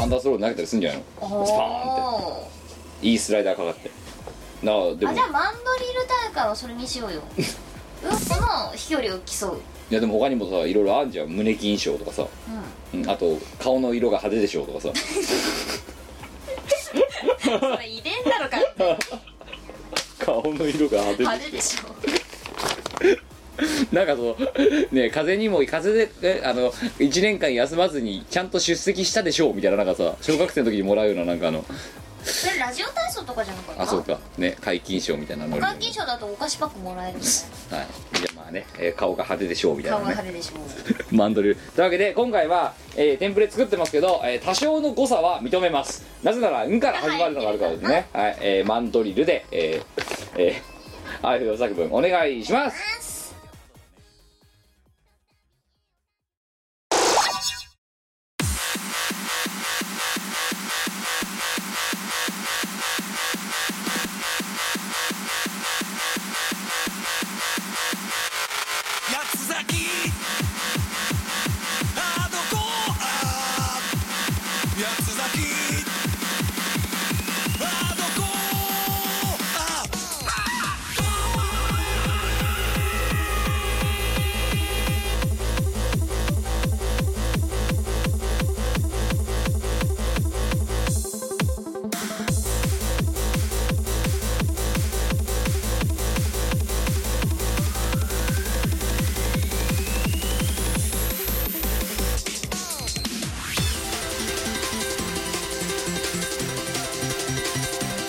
アンダースローで投げたりすんじゃないのスパーンっおていいスライダーかかってなあでーもあじゃあマンドリル大会はそれにしよう よウッコの飛距離を競ういやでも他にもさいろいろあんじゃん胸筋賞とかさ、うんあと顔の色が派手でしょうとかさそれ遺伝なのか 顔の色が派手派手でしょ なんかそのねえ風邪にも風邪でえあの1年間休まずにちゃんと出席したでしょうみたいななんかさ小学生の時にもらうようななんかあのそれラジオ体操とかじゃなかったあそうかね解禁賞みたいなの換金賞だとお菓子パックもらえるみたいはいじゃあまあね、えー顔が派手でしょうみたい顔ながね派手でしょ マンドリルというわけで今回は、えーテンプレ作ってますけど、えー多少の誤差は認めますなぜなら「ん」から始まるのがあるからですね、はいえーマンドリルでえーえーああいう作文お願いします八つ咲きあどこあ八つ咲きあどこあ「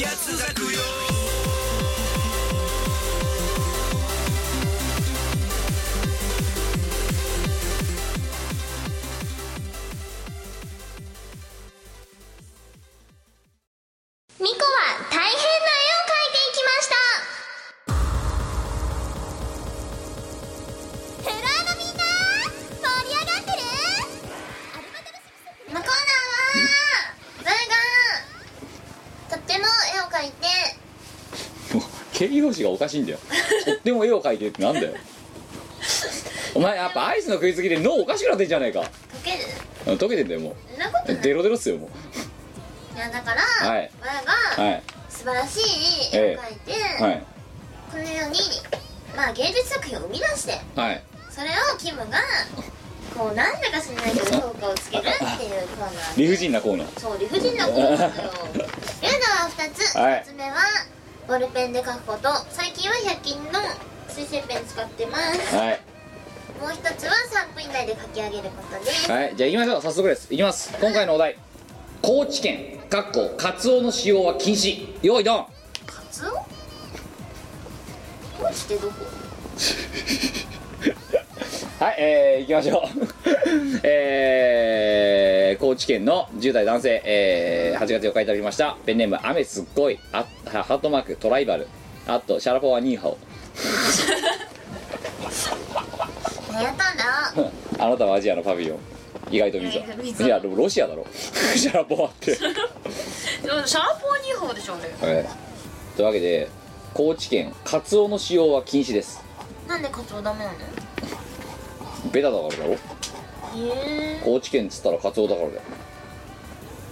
が続くよミコは大変な絵を描いていきましたフロアのみんな盛り上がってるのコーナーはザイがとっても絵を描いてもう形容詞がおかしいんだよとっても絵を描いてるってなんだよ お前やっぱアイスの食いすぎで脳おかしくなってんじゃねえか描けるうん溶けてんだよもそんなことうないデロデロっすよもいやだから、はい我うがはい素晴らしい絵を描いて、はいこのようにまあ芸術作品を生み出してはいそれをキムがこうなんだか知らないけど評価をつけるっていうコーナーで理不尽なコーナーそう理不尽なコーナーだよルーナは2つはい1つ目はボールペンで書くこと最近は100均の水性ペン使ってますはいもう一つは3分以内で書き上げることですはいじゃあ行きましょう早速です行きます今回のお題高知県かっこカツオの使用は禁止用意ドンカツオ高知ってどこはい、えー、行きましょう。 えー、高知県の10代男性、えー、8月4日いただきました。ペンネーム、雨すっごい、あハハートマーク、トライバル、あと、シャラポワニーハオ。 何やったんだあなたはアジアのパビリオン。意外と水意外と水いや、でもロシアだろ。 シャラポワって。でもシャーポー2号でしょあれはいというわけで、高知県、カツオの使用は禁止です。なんでカツオダメなのベタだからだろ。へえ高知県っつったらカツオだからだよ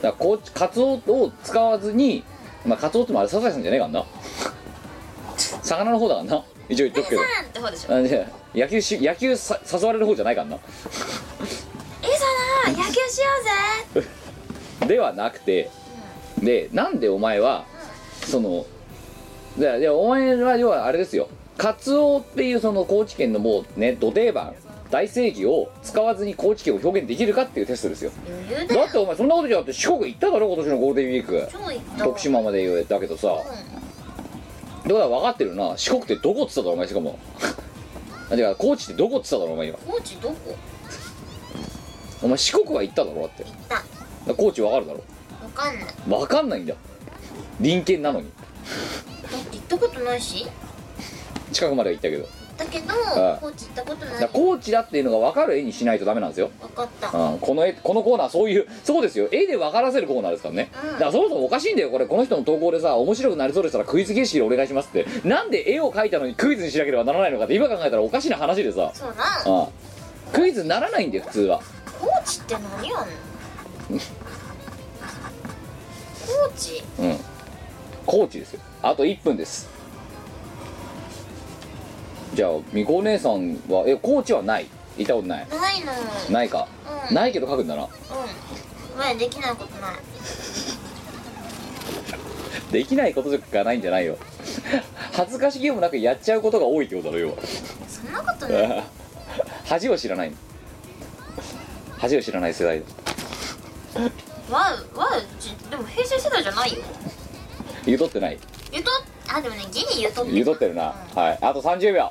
だから高知カツオを使わずにまあカツオってもあれサザエさんじゃねえからな魚の方だからな一応言っとくけどサンって方でしょあいや野球し野球さ誘われる方じゃないからいいさな野球しようぜなではなくてでなんでお前はそのだからでお前は要はあれですよカツオっていうその高知県のもうね土定番大正義を使わずに高知県を表現できるかっていうテストですよ余裕だだよってお前そんなことじゃなくて四国行っただろ今年のゴールデンウィーク超いった徳島まで言えたけどさ、だから分かってるな四国ってどこっつっただろお前しかも あ違う高知ってどこっつっただろお前今高知どこお前四国は行っただろだってだから高知分かるだろわかんないだ分かんないんだ隣県なのにって行ったことないし近くまでは行ったけどだけどああ高知行ったことだなかいら高知だっていうのが分かる絵にしないとダメなんですよ、わかったうん、この絵このコーナーそういうそうですよ絵で分からせるコーナーですからね、うんだからそもそもおかしいんだよこれこの人の投稿でさ面白くなりそうでしたらクイズ形式でお願いしますってなんで絵を描いたのにクイズにしなければならないのかって今考えたらおかしな話でさそうなああクイズにならないんだよ普通は高知って何やねん高知うん高知ですよあと1分ですじゃあみこお姉さんはえ高知はない行ったことないないのないか、うんないけど書くんだなうん前できないことないできないことがないんじゃないよ恥ずかしげもなくやっちゃうことが多いってことだろ要はそんなことない恥を知らない恥を知らない世代だわうわうちでも平成世代じゃないよゆとってないゆとあでもねギリゆとってゆとってるな、はいあと30秒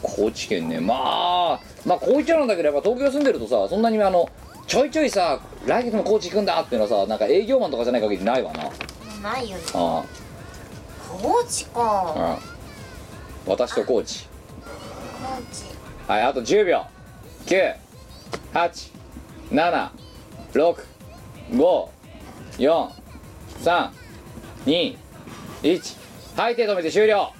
高知県ねまあまあ高知なんだけどやっぱ東京住んでるとさそんなにあのちょいちょいさ来月も高知行くんだっていうのはさなんか営業マンとかじゃない限りないわなもうないよねあ高知あうかん私と高知高知はいあと10秒987654321はい手止めて終了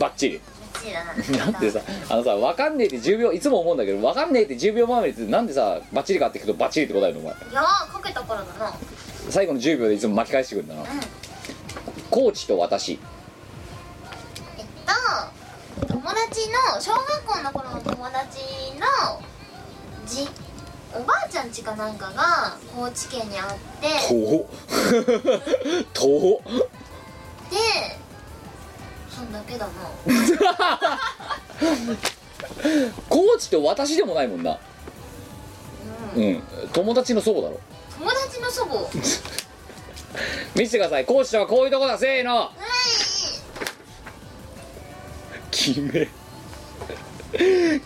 バッチリ高知だななんでさあのさ分かんねえって10秒いつも思うんだけど分かんねえって10秒前になんでさバッチリかって聞くとバッチリって答えるのお前いやーかけたからだな最後の10秒でいつも巻き返してくるんだな、コーチと私えっと友達の小学校の頃の友達のじおばあちゃん家かなんかが高知県にあってほとほでそんだけだなコーチと私でもないもんなうん友達の祖母だろ友達の祖母見せてください講師とはこういうとこだせーのキメ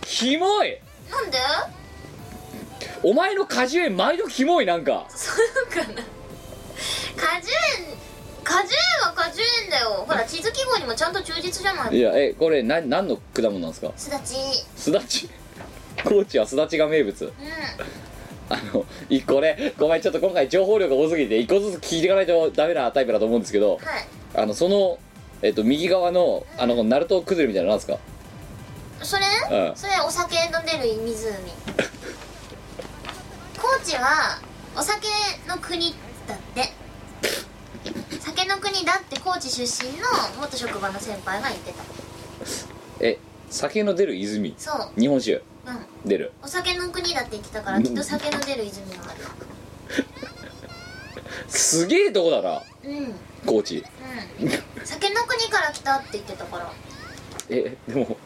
キモいなんでお前の果樹園毎度キモいなんかそうかな果樹園果樹園は果樹園だよほら地図記号にもちゃんと忠実じゃないいやえこれな何の果物なんですかすだちすだち高知はすだちが名物うんあのいこれごめんちょっと今回情報量が多すぎて一個ずつ聞いていかないとダメなタイプだと思うんですけどはいあのそのえっと右側のあのナルト崩れみたいなのなんですかそれ、うんそれお酒の出る湖高知はお酒の国だって酒の国だって高知出身の元職場の先輩が言ってたえ酒の出る泉そう、日本酒うん、出るお酒の国だって言ってたからきっと酒の出る泉があるすげえとこだなうんうん高知酒の国から来たって言ってたからえでも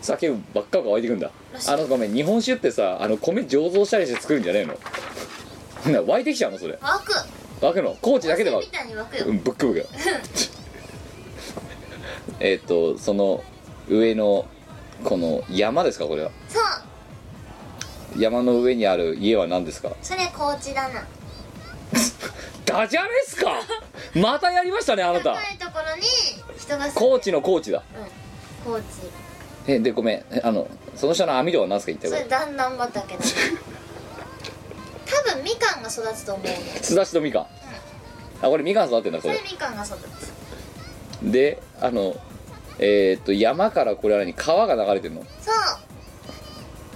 酒ばっかが湧いてくんだらしいあのごめん日本酒ってさあの米醸造したりして作るんじゃねえのな湧いてきちゃうのそれ湧く湧くの高知だけで温は泉みたいに湧くよ、うんぶっくぶ くえっとその上のこの山ですかこれはそう山の上にある家は何ですかそれ高知だなダジャレっすかまたやりましたねあなた高いところに人が住ん高で知の高知だ高知えでごめんえあのその下の網戸は何すか言ったそよれだんだん畑 だ多分みかんが育つと思うのすだしとみかんあこれみかん育ってんだこそれれみかんが育つであのえーっと山からこれはに川が流れてるのそ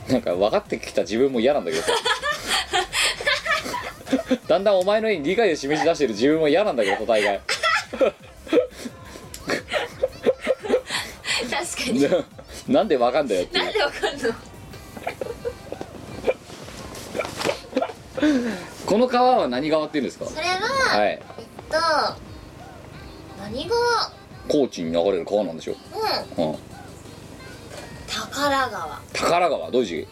うなんか分かってきた自分も嫌なんだけどさだんだんお前の絵に理解を示し出してる自分も嫌なんだけど答えが確かになんで分かんだよっていなうんでわかんのこの川は何川っていうんですかそれは、はいえっと何川高知に流れる川なんでしょうんう、うん、宝川宝川どういう字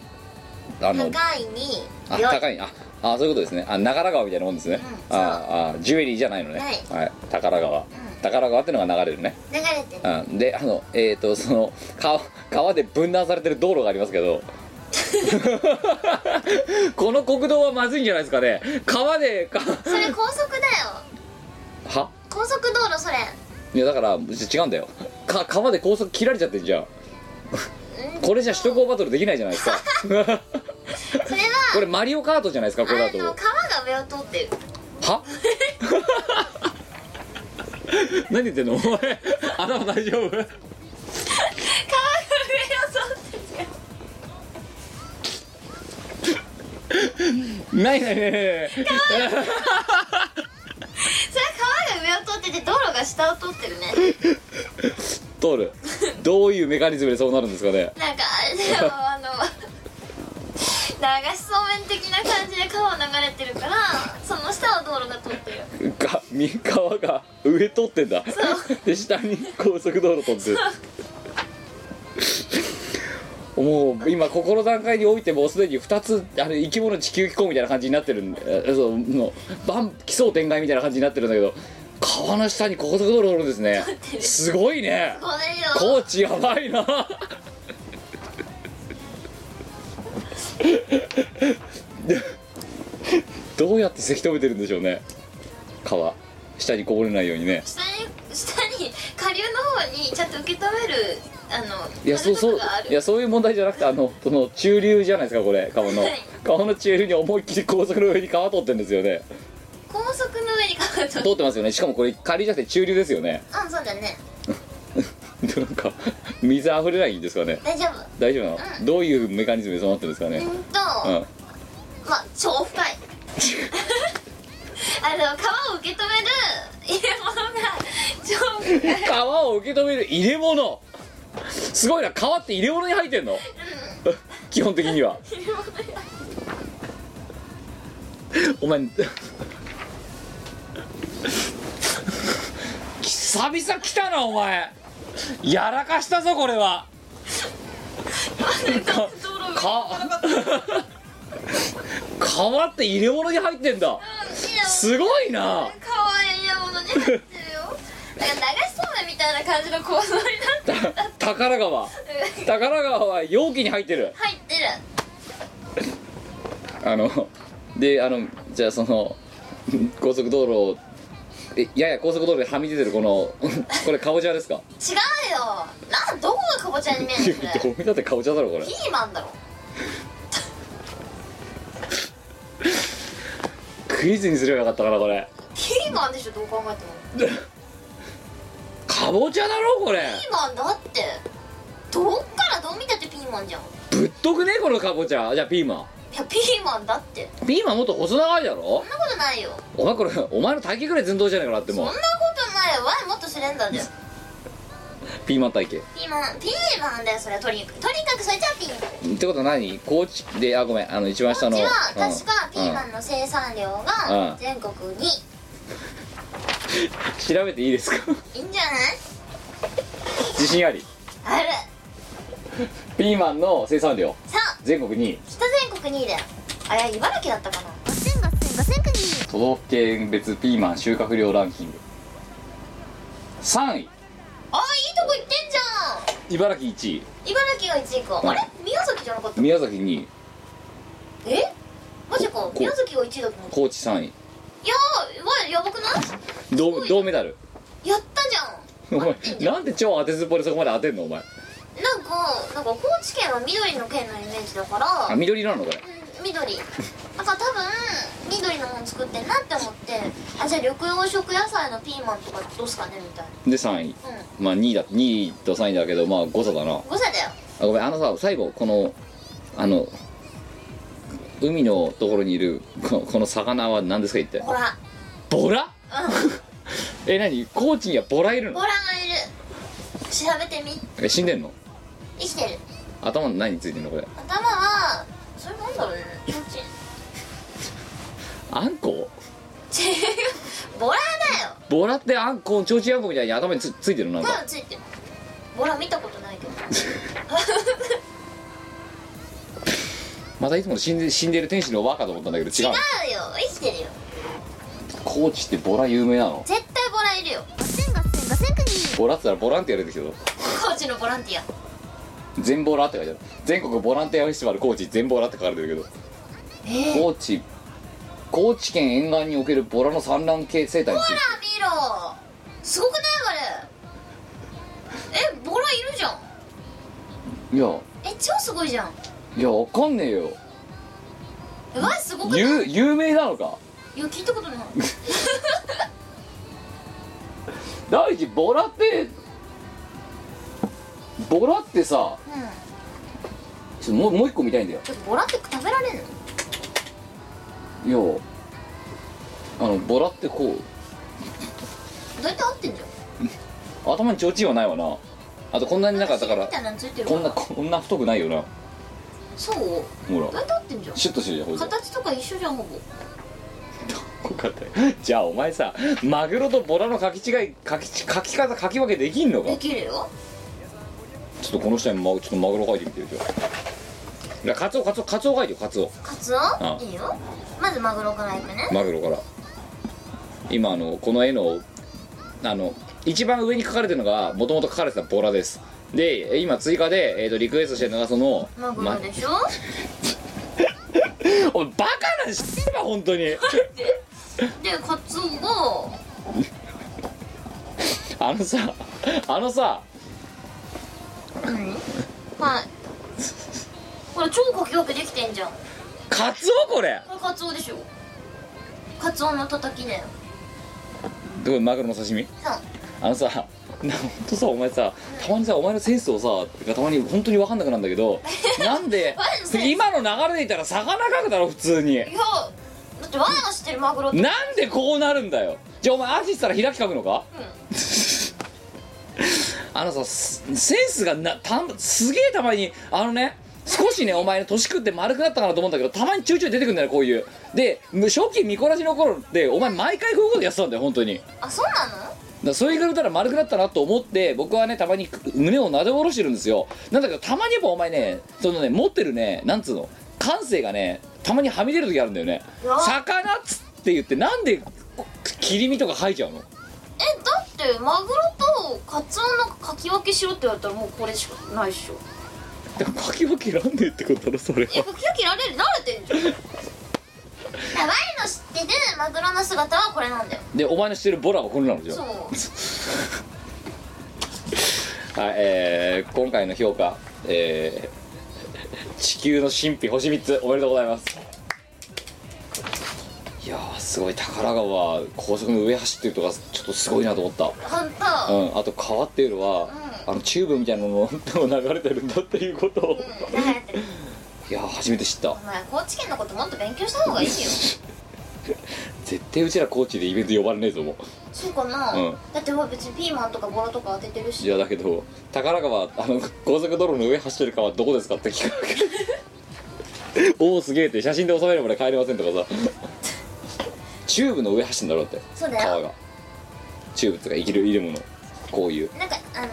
あの高いにあよい高いああそういうことですねあ長良川みたいなもんですね、うんああジュエリーじゃないのねはい宝川、宝川ってのが流れるね、流れてるうん、であのえっ、ー、とその川川で分断されてる道路がありますけ どこの国道はまずいんじゃないですかね川でかそれ高速だよは高速道路それいやだから違うんだよか川で高速切られちゃってんじゃんうんこれじゃ首都高バトルできないじゃないですか それこれマリオカートじゃないですかこれはだあのと川が上を通ってるは 何言ってんのお前頭大丈夫ないないないないそれ川が上を通ってて道路が下を通ってるね通るどういうメカニズムでそうなるんですかねなんかあれだよあの流しそうめん的な感じで川流れてるからその下を道路が通ってるがみ川が上通ってんだで下に高速道路通ってるもう今ここの段階においてもうすでに2つあれ生き物地球気候みたいな感じになってるんでえそうの万奇想天外みたいな感じになってるんだけど川の下に高速道路あるんですねすごいねこれよ高知やばいな でどうやってせき止めてるんでしょうね川下にこぼれないようにね下に下に下流の方にちゃんと受け止めるあのいやそうそうがあるいやそういう問題じゃなくてあのその中流じゃないですかこれ川のはい川の中流に思いっきり高速の上に川通ってるんですよね高速の上に川が通って通ってますよねしかもこれ下流じゃなくて中流ですよね あそうだねでなんか水溢れないんですかね大丈夫大丈夫なの、どういうメカニズムでそうなってるんですかうねんと、うんまあ超深い あの川を受け止める入れ物が超深い川を受け止める入れ物すごいな川って入れ物に入ってんの基本的にはお前久々来たなお前やらかしたぞこれはかか川って入れ物に入ってんだすごいな川へ山よなんか流しそうめんみたいな感じの構造になってた宝川宝川は容器に入ってる入ってるあのであのじゃあその高速道路をえやや高速道路ではみ出てるこの これかぼちゃですか違うよなんどこがかぼちゃに見えいやるのそれど うだってかぼちゃだろこれピーマンだろクイズにすればよかったかなこ れピーマンでしょどう考えてもかぼちゃだろこれピーマンだってどっからどう見たってピーマンじゃんいぶっとくねこのかぼちゃじゃあピーマやピーマンだってンピーマンもっと細長いだろそんなことないよお前これお前の体型ぐらい寸胴じゃないかなってそんもなうことないよワイもっとスレンダーだよピーマン体型ピーマンピーマンだよそれはとにかくとにかくそれじゃピーマンってことは何高知であごめんあの一番下うのちは確かピーマうんンの生産量うがん全国に調べていいですか いいんじゃ自信ありないあるピーマンの生産量さあ全国2位北全国2位だよあれ茨城だったかなごせんごせんごせんくに都道府県別ピーマン収穫量ランキング3位あいいとこ行ってんじゃ茨城1位ん茨城が1位かうんあれ宮崎じゃなかった宮崎2位えマジかこ宮崎が1位だと思う高知3位いやーわやばくない銅銅メダル やったじゃお前なんで超当てずっぽでそこまで当てんのお前んなんかなんか高知県は緑の県のイメージだからあ緑なのこれうん緑なんか多分緑のもの作ってんなって思ってあじゃあ緑黄色野菜のピーマンとかどうすかねみたいで3位なうんまあ2位だ2位と3位だけどまあ誤差だな誤差だよあごめんあのさ最後このあの海のところにいるこのこの魚は何ですか一体ボラボラうんえ何高知にはボラいるボのラがいる調べてみえ死んでんの生きてる頭の何についてんのこれ頭はそれなんだろうねちょうちんあんこ違うボラだよボラってあんこちょうちんあんこみたいに頭につついてるのなんまだかついてるボラ見たことないけどまたいつもの死んで死んでる天使の和かと思ったんだけど違うの違うよ生きてるよ高知ってボラ有名なの絶対ボラいるよごせんごせんごせんくにボラって言ったらボランティア出てきたぞ高知のボランティア全ボラって書いてある全国ボランティアフェスティバル高知全ボラって書かれてるけど、高知高知県沿岸におけるボラの産卵系生態についてあ見ろすごくないあれえボラいるじゃんいやえ超すごいじゃんいやわかんねえよえわすごくないいや有有名なのか聞いた ことない第一ボラってボラってさうちょんっともうもう一個見たいんだよちょっとボラって食べられんのいやあのボラってこうどうやって合ってんじゃん頭に提灯はないわなあとこんなになんかだかみらたいなのついてるこからんなこんな太くないよなそうほどうやらって合ってんじゃんシュッとしてるじゃんほいで形とか一緒じゃんほぼよかったよじゃあお前さマグロとボラの書き違い書きち書き方書き分けできんのかできるよちょっとこの下に、ま、ちょっとマグロ書いてみてよじゃあいやカツオカツオカツオ書いてよカツオカツオあいいよまずマグロからいくねマグロから今あのこの絵のあの一番上に書かれてるのがもともと書かれてたボラですで今追加で、えー、とリクエストしてるのがそのマグまロでしょ、お前バカなん知ってば本当にでカツオがあのさあのさ何はいこれ超かき分けできてんじゃんこカツオこれれカツオでしょカツオのたたきだよどこマグロの刺身さあのさなほんとさお前さたまにさお前のセンスをさがたまに本当に分かんなくなるんだけどなん でマジのセンス今の流れでいたら魚書くだろ普通にいやだってワイが知ってるマグロってなんでこうなるんだよじゃあお前アーティストから開き書くのかうん あのさすセンスがなたんすげえたまにあのね少しねお前ね年食って丸くなったかなと思うんだけどたまにちょいちょい出てくるんだよこういうで初期見こらしの頃ってお前毎回こういうことやってたんだよ本当にあそうなのだからそれからたら丸くなったなと思って僕はねたまに胸をなで下ろしてるんですよなんだけどたまにやっぱお前ねそのね持ってるねなんつうの感性がねたまにはみ出る時あるんだよねうわ魚っつって言ってなんでこ切り身とか吐いちゃうのってマグロとカツオのかき分けしろって言われたらもうこれしかないっしょでもかき分けらんねえってことだろそれいやはかき分けられる慣れてんじゃんだから我の知ってるマグロの姿はこれなんだよでお前の知ってるボラはこれなのじゃそんうはいえー、今回の評価えー、地球の神秘星3つおめでとうございますいやーすごい宝川高速の上走ってるとかちょっとすごいなと思った本当うん、あと川っていうのは、あのチューブみたいなの の流れてるんだっていうことを、だからっていやー初めて知った お前高知県のこともっと勉強した方がいいよ絶対うちら高知でイベント呼ばれねえぞもそうかな、うんだってほら別にピーマンとかボラとか当ててるういしやだけど宝川あの高速道路の上走ってる川どこですかって聞かれ るおおすげえって写真で収めるまで帰れませんとかさチューブの上走ってんだろだってそうだよ川がチューブとか生きる入れ物こういうなんかあのー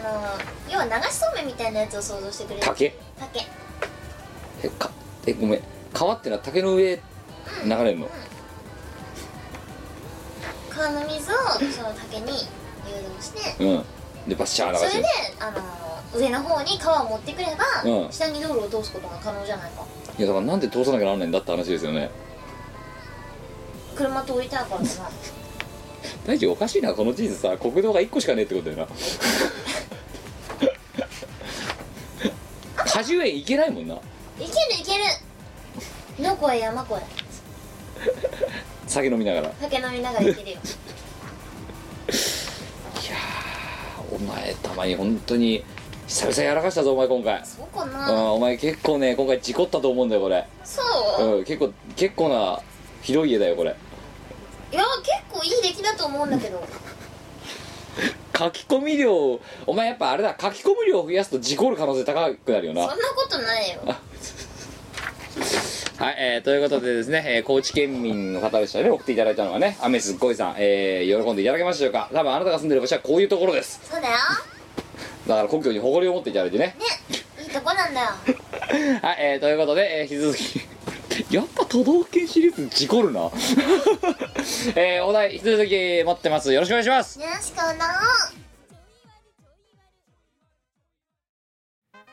要は流しそうめんみたいなやつを想像してくれる竹竹えかえごめん川ってのは竹の上流れんの川の水をその竹に誘導してうんでバッシャー流そしてれであのー上の方に川を持ってくれば、うん下に道路を通すことが可能じゃないかいやだからなんで通さなきゃなんないんだって話ですよね車通りたいから さ大地おかしいなこの地図さ国道が1個しかねえってことだよな果樹園行けないもんないけるいける野越え山越え酒飲みながらいや酒飲みながらいけ るよーお前たまに本当に久々やらかしたぞお前今回そうかうんなお前結構ね今回事故ったと思うんだよこれそう、うん結構結構なひどい家だよこれいや結構いい出来だと思うんだけど書き込み量をお前やっぱあれだ書き込み量を増やすと事故る可能性高くなるよそんななことないよはい、えーということでですね、えー高知県民の方でしたね、送っていただいたのはね、アメスゴイさん、えー喜んでいただけましたでしょうか。多分あなたが住んでる場所はこういうところです。そうだよだから故郷に誇りを持っていただいてね。ねいいとこなんだよ はい、えーということで、えー引き続き 、やっぱ都道府県シリーズ事故るな。 えーお題、引き続き待ってます。よろしくお願いします。よろしくな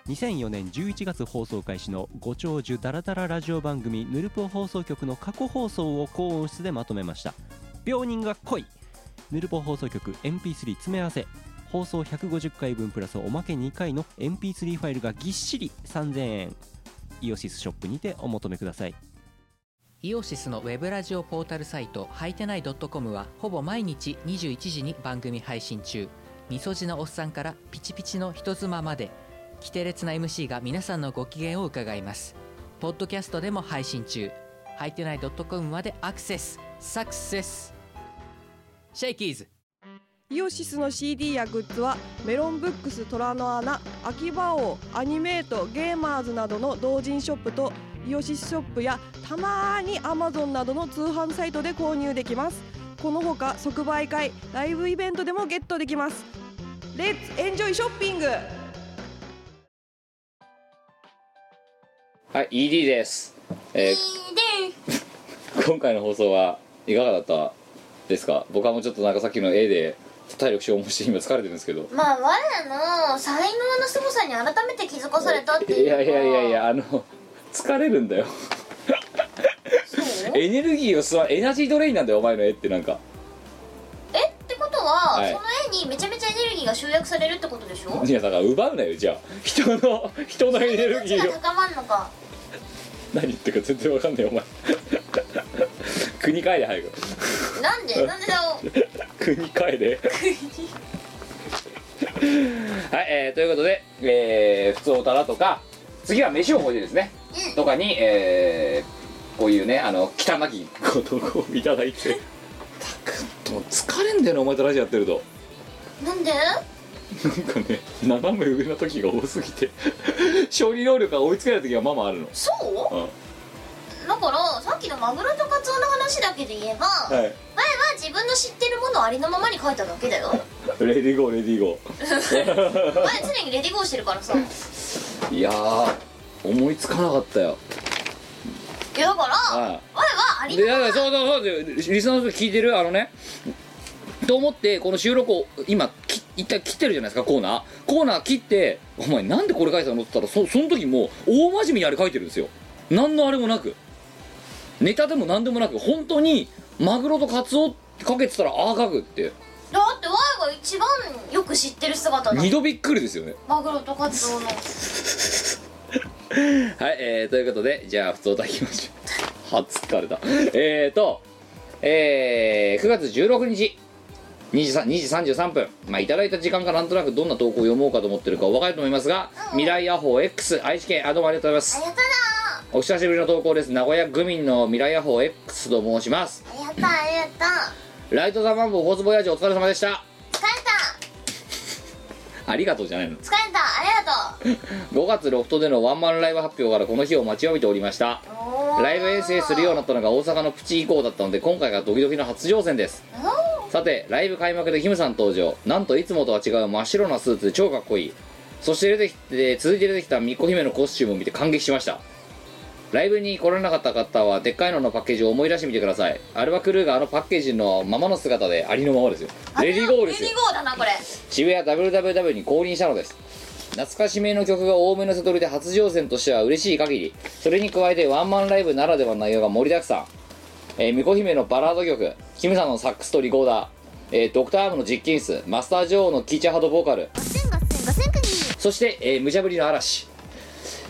2004年11月放送開始のご長寿ダラダララジオ番組ヌルポ放送局の過去放送を高音質でまとめました病人が来いヌルポ放送局 MP3 詰め合わせ放送150回分プラスおまけ2回の MP3 ファイルがぎっしり3000円イオシスショップにてお求めくださいイオシスのウェブラジオポータルサイト「はいてない .com」はほぼ毎日21時に番組配信中みそじのおっさんからピチピチの人妻まで規定列な MC が皆さんのご機嫌を伺いますポッドキャストでも配信中「はいてない .com」までアクセスサクセスシェイキーズイオシスの CD やグッズはメロンブックス虎の穴秋葉王アニメートゲーマーズなどの同人ショップとイオシスショップやたまーに Amazon などの通販サイトで購入できますこのほか即売会ライブイベントでもゲットできますレッツエンジョイショッピングはい、ED です。えー今回の放送はいかがだったですか僕はもうちょっとなんかさっきの A で体力消耗して今疲れてるんですけど。まあ我の才能の凄さに改めて気づかされたっていういやいやいやいかやあの疲れるんだよそうえエネルギーを吸わエナジードレインなんだよお前の絵ってなんかってことは、はいその絵にめちゃめちゃエネルギーが集約されるってことでしょいやだから奪うなよじゃあ人の人のエネル価ギ値ーがを高まんのか何言ってるか全然わかんないよお前 国帰れ早くなんでなんでだろう 国帰れはい、えーということで、えー、普通おたらとか次は飯を欲しいですね、うんとかに、えーこういうねあの汚きご投稿をいただいてたくっともう疲れんだよなお前とラジオやってるとなんでなんかね斜め上な時が多すぎて勝利能力が追いつかない時はまあまああるのそううだからさっきのマグロとカツオの話だけで言えば、んはい前は自分の知ってるものをありのままに書いただけだよレディーゴーレディーゴ前常にレディーゴーしてるからさいーいやー思いつかなかったよやだからは前はあいりでのだからそうそうそうでリスナーの人聞いてるあのねと思ってこの収録を今き一旦切ってるじゃないですかコーナーコーナー切って「お前なんでこれ書いてたの?」って言ったらそその時もう大真面目にあれ書いてるんですよ何のあれもなくネタでも何でもなく本当にマグロとカツオかけてたらああ書くってだってワイが一番よく知ってる姿だ二度びっくりですよねマグロとカツオのはい、えー、ということで、じゃあ、普通歌いきましょう。は、疲れた。えーと、えー、9月16日、23 2時33分。まあ、いただいた時間がなんとなくどんな投稿を読もうかと思ってるかお分かりと思いますが、未来アホ X、愛知県、あ、どうもありがとうございます。やっお久しぶりの投稿です。名古屋グミンの未来アホ X と申します。たなやったありがとライトザマンボウホーズボヤージュお疲れ様でした。う疲れたありがとうじゃないの。疲れたありが5月ロフトでのワンマンライブ発表からこの日を待ちわびておりました。とうおーライブ遠征するようになったのが大阪のプチ以降だったので今回がドキドキの初挑戦ですさてライブ開幕でキムさん登場なんといつもとは違う真っ白なスーツで超かっこいいそして出てきて続いて出てきたみっこ姫のコスチュームを見て感激しましたライブに来られなかった方はでっかいののパッケージを思い出してみてくださいアルバクルーがあのパッケージのままの姿でありのままですよレディーゴーですよレディゴーだなこれ渋谷 WWW に降臨したのです懐かしめの曲が多めのセトリで初挑戦としては嬉しい限りそれに加えてワンマンライブならではの内容が盛りだくさん、えー、巫女姫のバラード曲キムさんのサックスとリコーダー、えードクターアームの実験室マスター・ジョーのキーチャーハードボーカルガセンガセンガセンクニーそして、えー無茶ぶりの嵐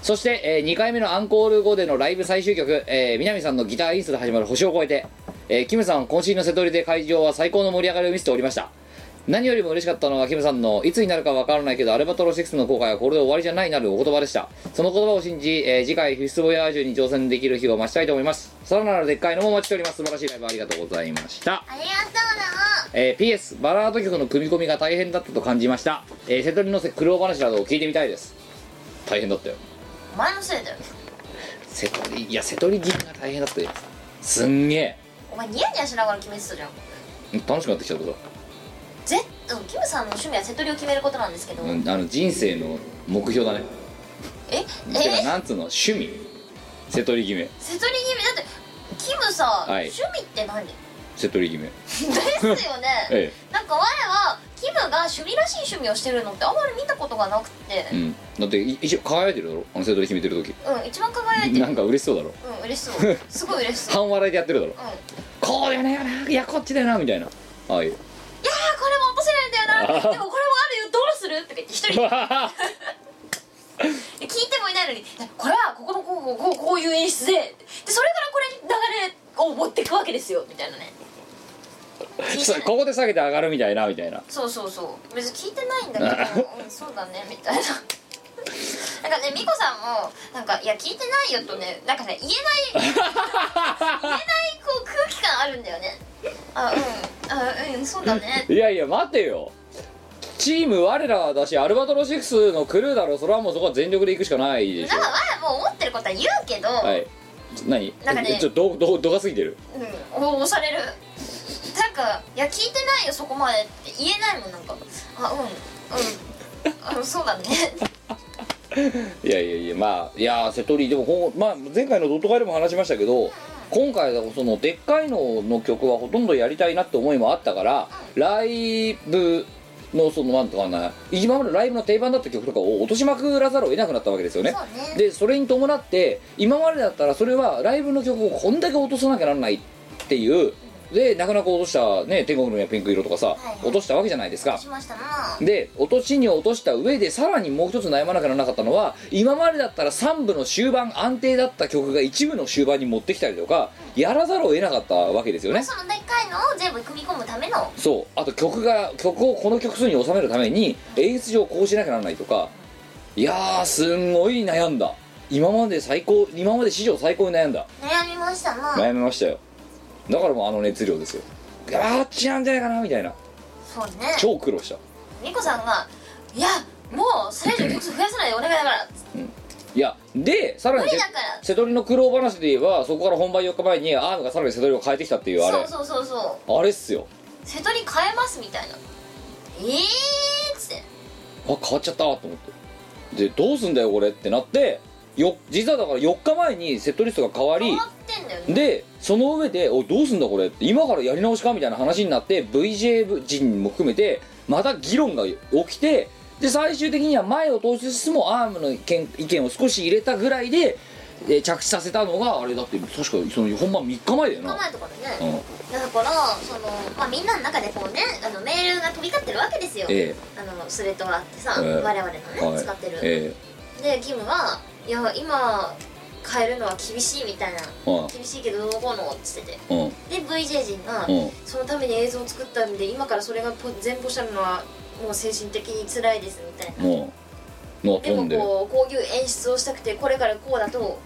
そして、え2回目のアンコール後でのライブ最終曲、えー南さんのギター演出で始まる「星を越えて」えーキムさん渾身の瀬戸りで会場は最高の盛り上がりを見せておりました何よりも嬉しかったのはキムさんのいつになるかわからないけどアルバトロ6の公開はこれで終わりじゃないなるお言葉でしたその言葉を信じ、えー次回フィスボヤージュに挑戦できる日を待ちたいと思いますさらなるでっかいのもお待ちしております素晴らしいライブありがとうございましたありがとうなえー PS バラード曲の組み込みが大変だったと感じました、えー、瀬戸利の苦労話などを聞いてみたいです大変だったよお前のせいだよ瀬戸利いや瀬戸利銀が大変だったよすんげえお前ニヤニヤしながら決めてたじゃん楽しくなってきちゃったぞぜうんキムさんの趣味は瀬戸りを決めることなんですけど、うんあの人生の目標だねええてかなんつうの趣味瀬戸利決め瀬戸り決めだってキムさ、はい趣味って何 で瀬戸利決めすよねえなんか我はキムが趣味らしい趣味をしてるのってあまり見たことがなくてえうんだってい一応輝いてるだろあの瀬戸利決めてる時うん一番輝いてるなんか嬉しそうだろうん嬉しそうすごい嬉し そう半笑いでやってるだろうんいやーここうだよねいやこっちだよなみたいなはい れも落とせないんだよなでもこれもあるよどうするとか言って一人 で聞いてもいないのに「これはここのこうこうこうこういう演出ででそれからこれに流れを持っていくわけですよ」みたいなね聞いてそなういここで下げて上がるみたいなみたいなそうそうそう別に聞いてないんだけど、うん、そうだねみたいな なんかね美子さんもなんか「いや聞いてないよ」とねなんかね言えない 言えないこう空気感あるんだよねあうんあうんそうだねいやいや待てよチーム我らはだしアルバトロ6のクルーだろそれはもうそこは全力で行くしかないでしだからょ前もう思ってることは言うけど、はいちょ何なんかねえちょっとどどどがすぎてるうんお押されるなんか「いや聞いてないよそこまで」って言えないもんなんか「あうんうんあそうだね」いやいやいやまあいやー瀬戸利でもほんまあ、前回のドット会でも話しましたけど今回のそのでっかいのの曲はほとんどやりたいなって思いもあったからライブのそのなんとかな今までのライブの定番だった曲とかを落としまくらざるを得なくなったわけですよねそうねでそれに伴って今までだったらそれはライブの曲をこんだけ落とさなきゃなんないっていうでなかなか落としたね天国の海はピンク色とかさ、はい落としたわけじゃないですかしましたなで落としに落とした上でさらにもう一つ悩まなきゃならなかったのは今までだったら3部の終盤安定だった曲が一部の終盤に持ってきたりとかやらざるを得なかったわけですよねそのでっかいのを全部組み込むためのそうあと曲が曲をこの曲数に収めるために演出上こうしなきゃならないとかいやーすんごい悩んだ今まで最高今まで史上最高に悩んだ悩みましたな悩みましたよだからもうあの熱量ですよあっちなんじゃないかなみたいなそうね超苦労した美子さんが「いやもうそれ以上曲数増やさないでお願いだから」いやでさらに無理だから瀬戸利の苦労話で言えばそこから本番4日前にアームがさらに瀬戸利を変えてきたっていうあれそうそうそうそあれっすよう瀬戸に変えますみたいな「えー」っつってあ変わっちゃったと思ってでどうすんだよこれってなってよ実はだから4日前にセットリストが変わり変わってんだよねでその上で「おいどうすんだこれ」って今からやり直しかみたいな話になって VJ 陣も含めてまた議論が起きてで最終的には前を通しつつもアームの意見意見を少し入れたぐらいで、えー着地させたのがあれだって確かその本番3日前だよこのな、前とかでね、うん、だからその、まあ、みんなの中でこうねあのメールが飛び交ってるわけですよ、えあのスレッドがあってさ、ええ我々のね、えはい使ってる、えでキムは「いや今変えるのは厳しい」みたいなえは「厳しいけどどうこうの」っつってていうんで VJ 陣がうん「そのために映像を作ったんで今からそれがポ全ポしゃるのはもう精神的に辛いです」みたいなもうのがで飛もんでこうこういう演出をしたくてこれからこうだと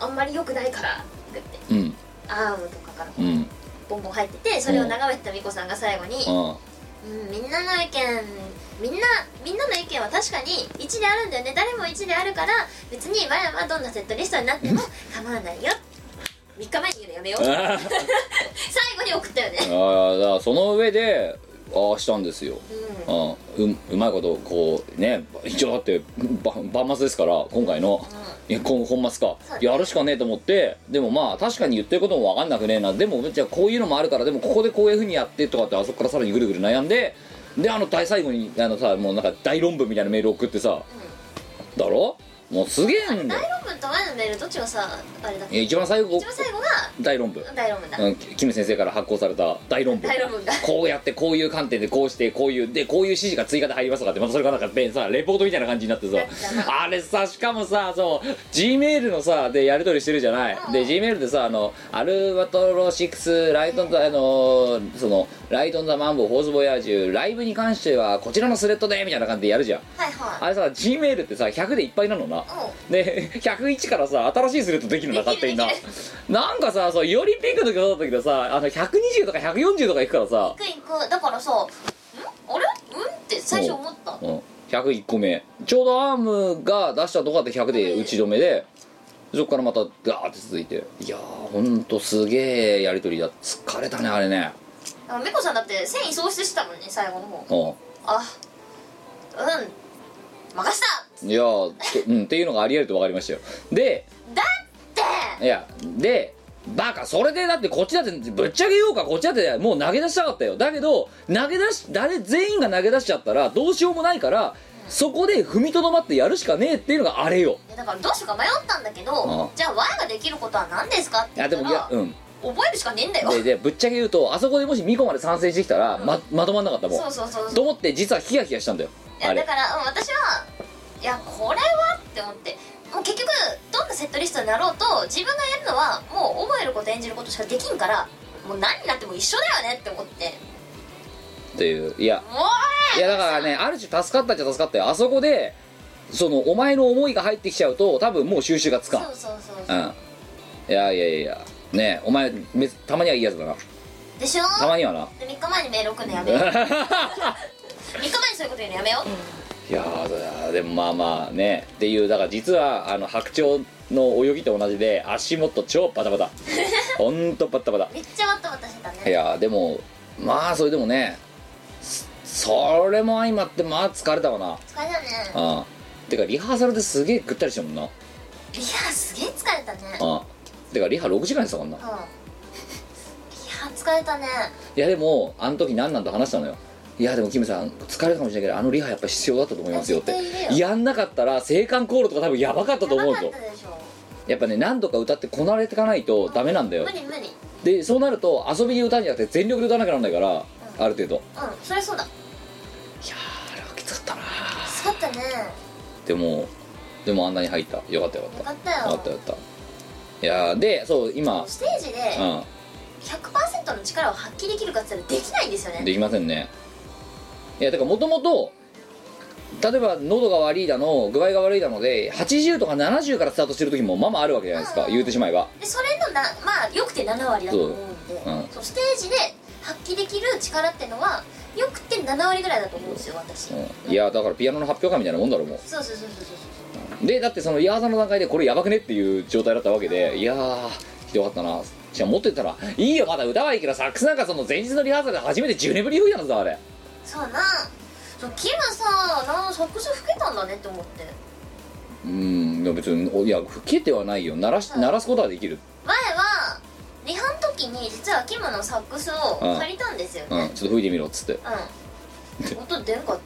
あんまり良くないからって言ってうんアームとかからうんボンボン入っててそれを眺めてた美子さんが最後に「あうん、みんなの意見みんなみんなの意見は確かに1であるんだよね誰も1であるから別に前はどんなセットリストになっても構わないよ3日前に言うのやめよう最あ後に送ったよねあだからその上でああしたんですよああううまいことこうね一応だってば万末ですから今回の、いやこ本末かそうですやるしかねえと思ってでもまあ確かに言ってることも分かんなくねえなでもじゃあこういうのもあるからでもここでこういうふうにやってとかってあそこからさらにぐるぐる悩んでであの大最後にあのさもうなんか大論文みたいなメール送ってさ、だろもうすげえんだ大よ論文と前のメールどっちがさあれだっいやけ一番最後一番最後が大論文大論文だうん、キム先生から発行された大論文大論文だこうやってこういう観点でこうしてこういうでこういう指示が追加で入りますとかってまたそれがなんかでさレポートみたいな感じになってさあれさしかもさそう G メールのさでやり取りしてるじゃない、で G メールでさあのアルバトロ6ライトンザ、あのーそのライトンザマンボウホーズボヤージュライブに関してはこちらのスレッドでみたいな感じでやるじゃんはいはあれさ G メールってさ100でいっぱいなのな、いで101からさ新しいスレッドできるのな勝手にななんかさそうよりピークの時だったけどさあの120とか140とかいくからさ、うんいくいくだからさんあれうんって最初思ったうん、101個目ちょうどアームが出したとこだって100で打ち止めでそこからまたガーって続いていやーほんとすげえやり取りだ疲れたねあれねあ美子さんだって繊維喪失してたもんね最後の方うあうん任せたんいやーとうんっていうのがありえると分かりましたよでだっていやでバカそれでだってこっちだってぶっちゃけようかこっちだってもう投げ出したかったよだけど投げ出し誰全員が投げ出しちゃったらどうしようもないからそこで踏みとどまってやるしかねえっていうのがあれよいやだからどうしようか迷ったんだけどああじゃあ Y ができることは何ですかってい言やったでらもいやうん覚えるしかねえんだよででぶっちゃけ言うとあそこでもしミコまで参戦してきたらままとまんなかったもそうんそうそうそとう思って実はヒヤヒヤしたんだよいあやだれからうん私はいやこれはって思ってもう結局どんなセットリストになろうと自分がやるのはもう覚えること演じることしかできんからもう何になっても一緒だよねって思ってっていういやもういやだからねある種助かったっちゃ助かったよあそこでそのお前の思いが入ってきちゃうと多分もう収拾がつかんそうそうそううそうんいやいやいやねえお前めたまにはいいやつだなでしょたまにはな で3日前にメール送るのやめよう3日前にそういうこと言うのやめよういやーでもまあまあねっていうだから実はあの白鳥の泳ぎと同じで足元超バタバタほんとバタバタめっちゃわたわたしてたいねやーでもまあそれでもねそそれも相まってまあ疲れたわな疲れたねうんてかリハーサルですげえぐったりしたもんなリハすげえ疲れたねうんてかリハ6時間やってたもんなうんいや疲れたねいやでもあの時何なんと話したのよいやでもキムさん疲れるかもしれないけどあのリハやっぱ必要だったと思いますよっていや絶対いるやんなかったら生還コールとか多分やばかったと思うやばとかったでしょやっぱね何度か歌ってこなれてかないとダメなんだよ無理無理でそうなると遊びで歌うんじゃなくて全力で歌わなきゃなんないからある程度いうんそれそうだやーあれはきつかったな疲れたねでもでもあんなに入ったよかったよかよったかよったかよったよかったいやーでそう今ステージで100%の力を発揮できるかって言ったらできないんですようんねできませんねいやてかもともと例えば喉が悪いだの具合が悪いだので80とか70からスタートしてる時もまあまああるわけじゃないですか言うてしまえばでそれのなまあよくて7割だと思うんでそううんそうステージで発揮できる力ってのはよくて7割ぐらいだと思うんですよ私うんいやだからピアノの発表会みたいなもんだろうもうそうそうそうそうそうでだってそのリハーサルの段階でこれやばくねっていう状態だったわけでいやーひどかったなじゃあ持ってったら「いいよまだ歌はいいけどサックスなんかその前日のリハーサルで初めて10年ぶり吹いたんだぞあれそうなそうキムさなサックス吹けたんだねって思ってうーんいや別においや吹けてはないよ鳴らし鳴らすことはできる前はリハの時に実はキムのサックスを借りたんですようんねちょっと吹いてみろっつってうん音出んかっ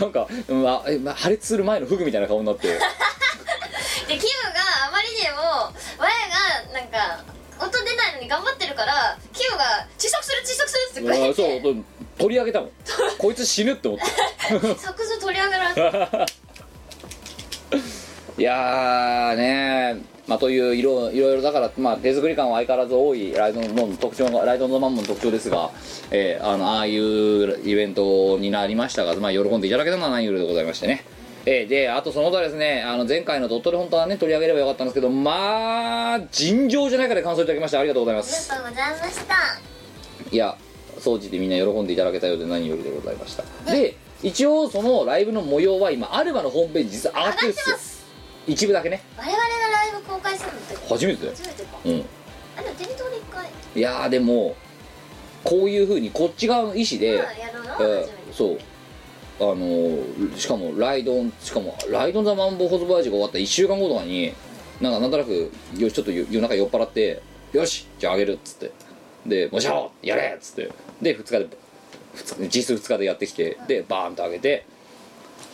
なんか、うん あえま破裂する前のフグみたいな顔になってたでキムがあまりにもわやがなんか音出ないのに頑張ってるからキムが「小さくする小さくする」ってうこうやわってそうと取り上げたもんこいつ死ぬって思っサックス取り上げられ てていやーねーまあといういろいろいろだから、まあ、手作り感は相変わらず多いライドの特徴がライドのマンモの特徴ですが、えーあのああいうイベントになりましたが、まあ、喜んでいただけたのは何よりでございましてねえーであとその他ですねあの前回の鳥取本当はね取り上げればよかったんですけどまあ尋常じゃないから感想いただきましてありがとうございまあすりがとうございましたいや総じてみんな喜んでいただけたようで何よりでございましたで一応そのライブの模様は今アルバのホームページ実は上がってるっす上がってよます一部だけね我々がライブ公開するのって初めてだよ初めてかうんあでもテレ東で一回いやーでもこういうふうにこっち側の意思で、まあやるのはえ初ーめてそうあのーしかもライドンしかもライドン・ザ・マンボウ・ホズバージュが終わった1週間後とかになんかなんとなくよしちょっと夜夜中酔っ払って「よしじゃああげる」っつってで「もちろんやれ!」っつってで2日で2日実質2日でやってきてでバーンとあげて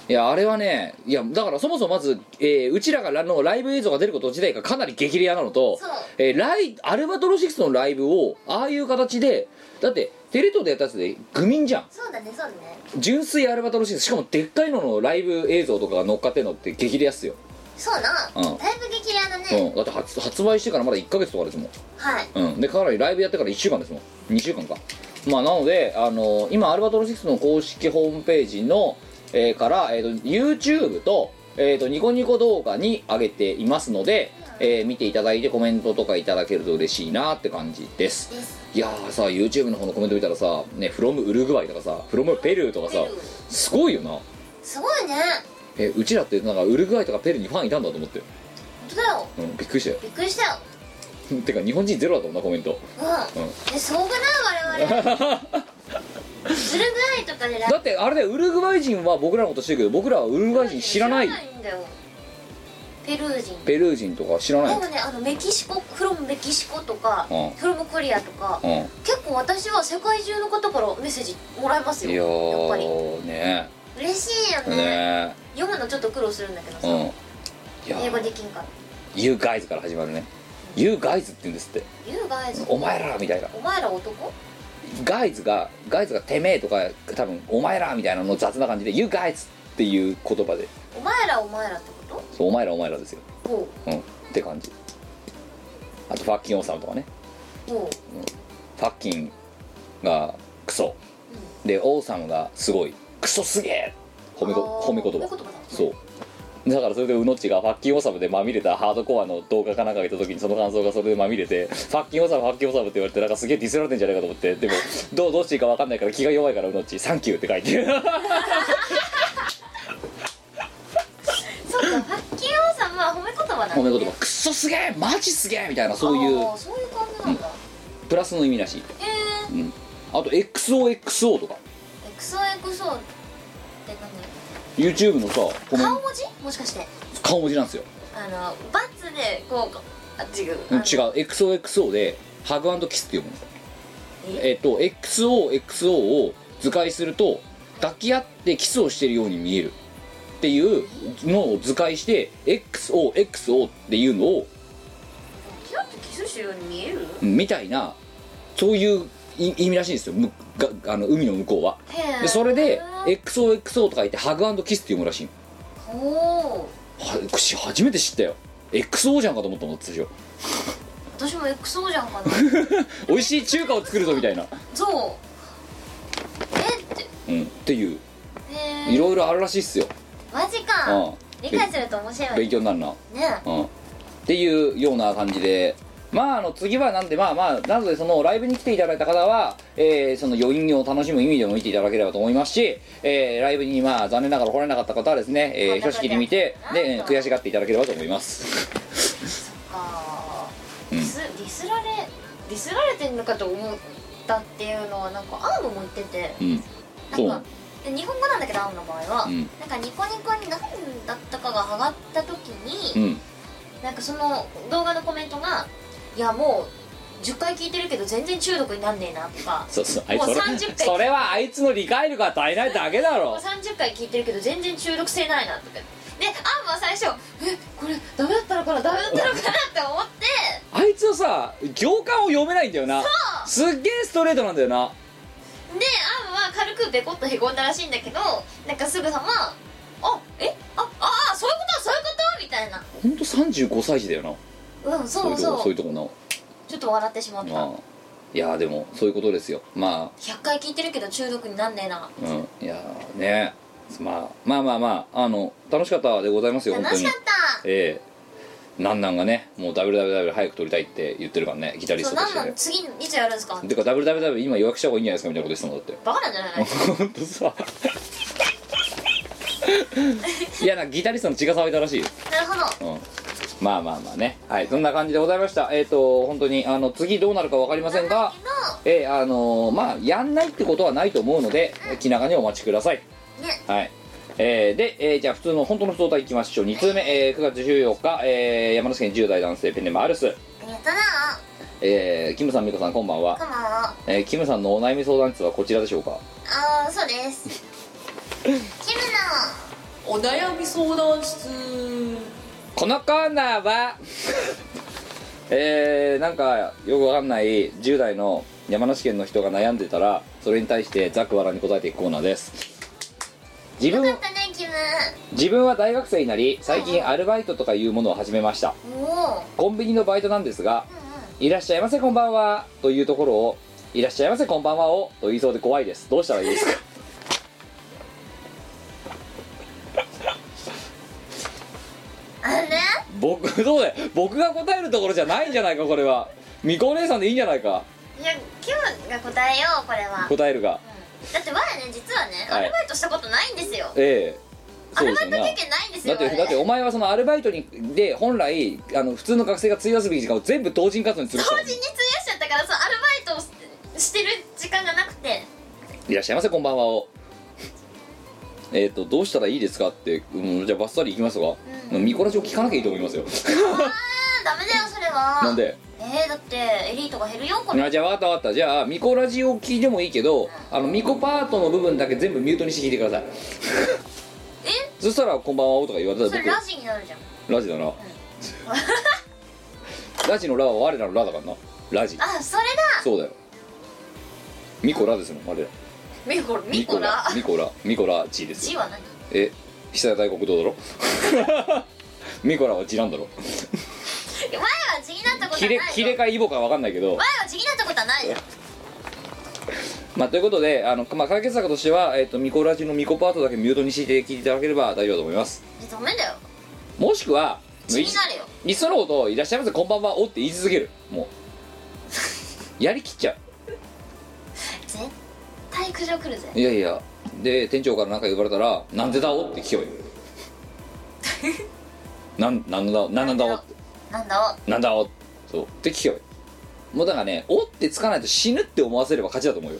いやあれはねいやだからそもそもまず、えーうちらがらのライブ映像が出ること自体がかなり激レアなのとそう、えーライアルバトロ6のライブをああいう形でだってテレ東でやったやつで愚民じゃんそうだねそうだね純粋アルバトロシーズしかもでっかいののライブ映像とかが乗っかってんのって激レアっすよ、そうな、うんだいぶ激レアだうね、ん、だって発発売してからまだ1ヶ月とかですもんはいうん、でかなりライブやってから1週間ですもん2週間かまあなのであの今アルバトロ6の公式ホームページの、えーから、えーと YouTube と,、えーとニコニコ動画に上げていますので、えー見ていただいてコメントとかいただけると嬉しいなって感じですいやーさ YouTube の方のコメント見たらさ「ね、from ウルグアイ」とかさ「from ペルー」とかさすごいよなすごいねえうちらってなんかウルグアイとかペルーにファンいたんだと思って、本当だようん、びっくりしたよびっくりしたよ てか日本人ゼロだと思うなコメントうん、うんえすごくない我々 ずるぐらいとかでラだってあれだよウルグアイ人は僕らのことしてるけど僕らはウルグアイ人知らない知らないんだよペルー人ペルー人とか知らなでいもねあのメキシコフロムメキシコとかうんフロムコリアとかうん結構私は世界中の方からメッセージもらえますいやよやっぱりーね嬉しいよねね読むのちょっと苦労するんだけどうさ、んいや英語できんから「You guys」から始まるね「You guys」って言うんですって「You guys 「お前ら」みたいなお前ら男「guys」が「guys」が「てめえ」とか多分「お前ら」みたいなのを雑な感じで「You guys」っていう言葉でお前らお前らってこそう「お前らお前ら」ですよとほうんって感じあと「ファッキンオーサム」とかねうほ「ファッキン」が「クソ」で「オーサム」が「すごい」「クソすげえ」う褒めこあー褒め言葉褒め言葉だそうだからそれでうのっちが「ファッキンオーサム」でまみれたハードコアの動画かなんか見た時にその感想がそれでまみれて「ファッキンオーサムファッキンオーサム」って言われてなんかすげえディスられてんじゃないかと思ってでもどうどうしていいか分かんないから気が弱いからうのっち「サンキュー」って書い てそうか発見王さんは褒め言葉なんだ、ね、褒め言葉「クソすげえマジすげえ」みたいなそういうあーそういう感じなんだ、プラスの意味らしいへえうんあと XOXO とかエクソエクソって何 YouTube のさコメン顔文字もしかして顔文字なんですよあのバツでこうあ違ううん違うう XOXO でハグキスって読むのえっと XOXO を図解すると抱き合ってキスをしてるように見えるっていうのを図解して XOXO っていうのをキラッとキスしてるように見えるうんみたいなそういうい意味らしいんですよむがあの海の向こうはへえでそれで XOXO と書いてハグキスって読むらしいのおおーは私初めて知ったよ XO じゃんかと思ったもん私よ私もエクソじゃんか な美味しい中華を作るぞみたいな、そうえってうん、っていうへえいろいろあるらしいっすよ、マジか、うん理解すると面白い勉強になるなねうん、っていうような感じでまああの次はなんでまあまあなのでそのライブに来ていただいた方は、えーその余韻を楽しむ意味でも見ていただければと思いますし、えーライブにまあ残念ながら来れなかった方はですね、えー、ひょしきり見てでえー悔しがっていただければと思いますあーうんディスディスられディスられてんのかと思ったっていうのはなんかアームも言っててうんなんそうかで日本語なんだけどアームの場合は、うんなんかニコニコに何だったかが上がった時うに、んなんかその動画のコメントが「いやもう10回聞いてるけど全然中毒になんねえなとかそうそうあいもうそれ30回それはあいつの理解力が足りないだけだもうろ30回聞いてるけど全然中毒性ないなとかでアンは最初えこれダメだったのかなダメだったのかなって思ってあいつのさ行間を読めないんだよなすっげえストレートなんだよなでアンは軽くベコッとへこんだらしいんだけどなんかすぐさま「あえあああそういうことそういうこと」みたいなほんと35歳児だよなうんそういとそうこそういうとこなちょっと笑ってしまった、まあいやでもそういうことですよま100回聞いてるけど中毒になんねえなあうんいやーねまあまあまあまああの楽しかったでございますよ本当楽にしかったええなんなんがねもう WWW 早く撮りたいって言ってるからねギタリスそうトとなんしてなん次いつやるんですかてか WWW 今予約した方がいいんじゃないですかみたいなこと言ってたもんだってバカなんじゃないほんとさ いやなんかギタリストの血が騒いだらしいよなるほどうんまあまあまあねはいそんな感じでございましたえっ、と本当にあの次どうなるか分かりませんがえーあのーまあやんないってことはないと思うので気長にお待ちくださいねはいえーで、えーじゃあ普通の本当の普通歌いきましょう2通目、えー9月14日、えー山梨県10代男性ペンネームアルス、ありがとうなえーキムさん美子さんこんばんはこんばんはえーキムさんのお悩み相談室はこちらでしょうかああそうですキムのお悩み相談室このコーナーは えー、なんかよくわかんない10代の山梨県の人が悩んでたらそれに対してざくわらに答えていくコーナーです自分よかったねキム自分は大学生になり最近アルバイトとかいうものを始めましたおおコンビニのバイトなんですが「いらっしゃいませこんばんは」というところを「いらっしゃいませこんばんは」をと言いそうで怖いですどうしたらいいですかあれ 僕そうだよ僕が答えるところじゃないんじゃないかこれはみこお姉さんでいいんじゃないかいやキムが答えようこれは答えるがだって我ね実はね、はいアルバイトしたことないんですよええアそうルでバすよイトね経験ないんですだよって我だってお前はそのアルバイトにで本来あの普通の学生が費やすべき時間を全部同人活動に潰し当たの時に費やしちゃったからそうアルバイトをししてる時間がなくていらっしゃいませこんばんはをえっとどうしたらいいですかって、うん、じゃあバッサリいきますか、ミコラジオ聞かなきゃいいと思いますようんダメだよそれはなんでえー、だってエリートが減るよこれあじゃあわかったわかったじゃあミコラジオ聞いてもいいけどあのミコパートの部分だけ全部ミュートにして聞いてくださいえそしたら「こんばんは」とか言われたらそれ僕ラジになるじゃんラジだなラジのラは我らのラだからなラジあそれだそうだよミコラですもん我らミコラミコラミコラミコラチです字よは何え久屋大国道だろ ミコラはチなんだろ前は字になったこと切はないれよ切れかイボかわかんないけど前は字になったことはないよまあということであの、まあ、解決策としては、えっとミコラジのミコパートだけミュートにして聞いていただければ大丈夫だと思いますえダメだよもしくは字になるよいっそのことを「いらっしゃいませこんばんは」おって言い続けるもう やりきっちゃ絶対苦情来るぜういやいやで店長から何か呼ばれたら「なんでだお」って 聞けばいいなんなんだおなんなんだおってなんだなんだおそうって聞けばいいもうだからね「お」ってつかないと死ぬって思わせれば勝ちだと思うよ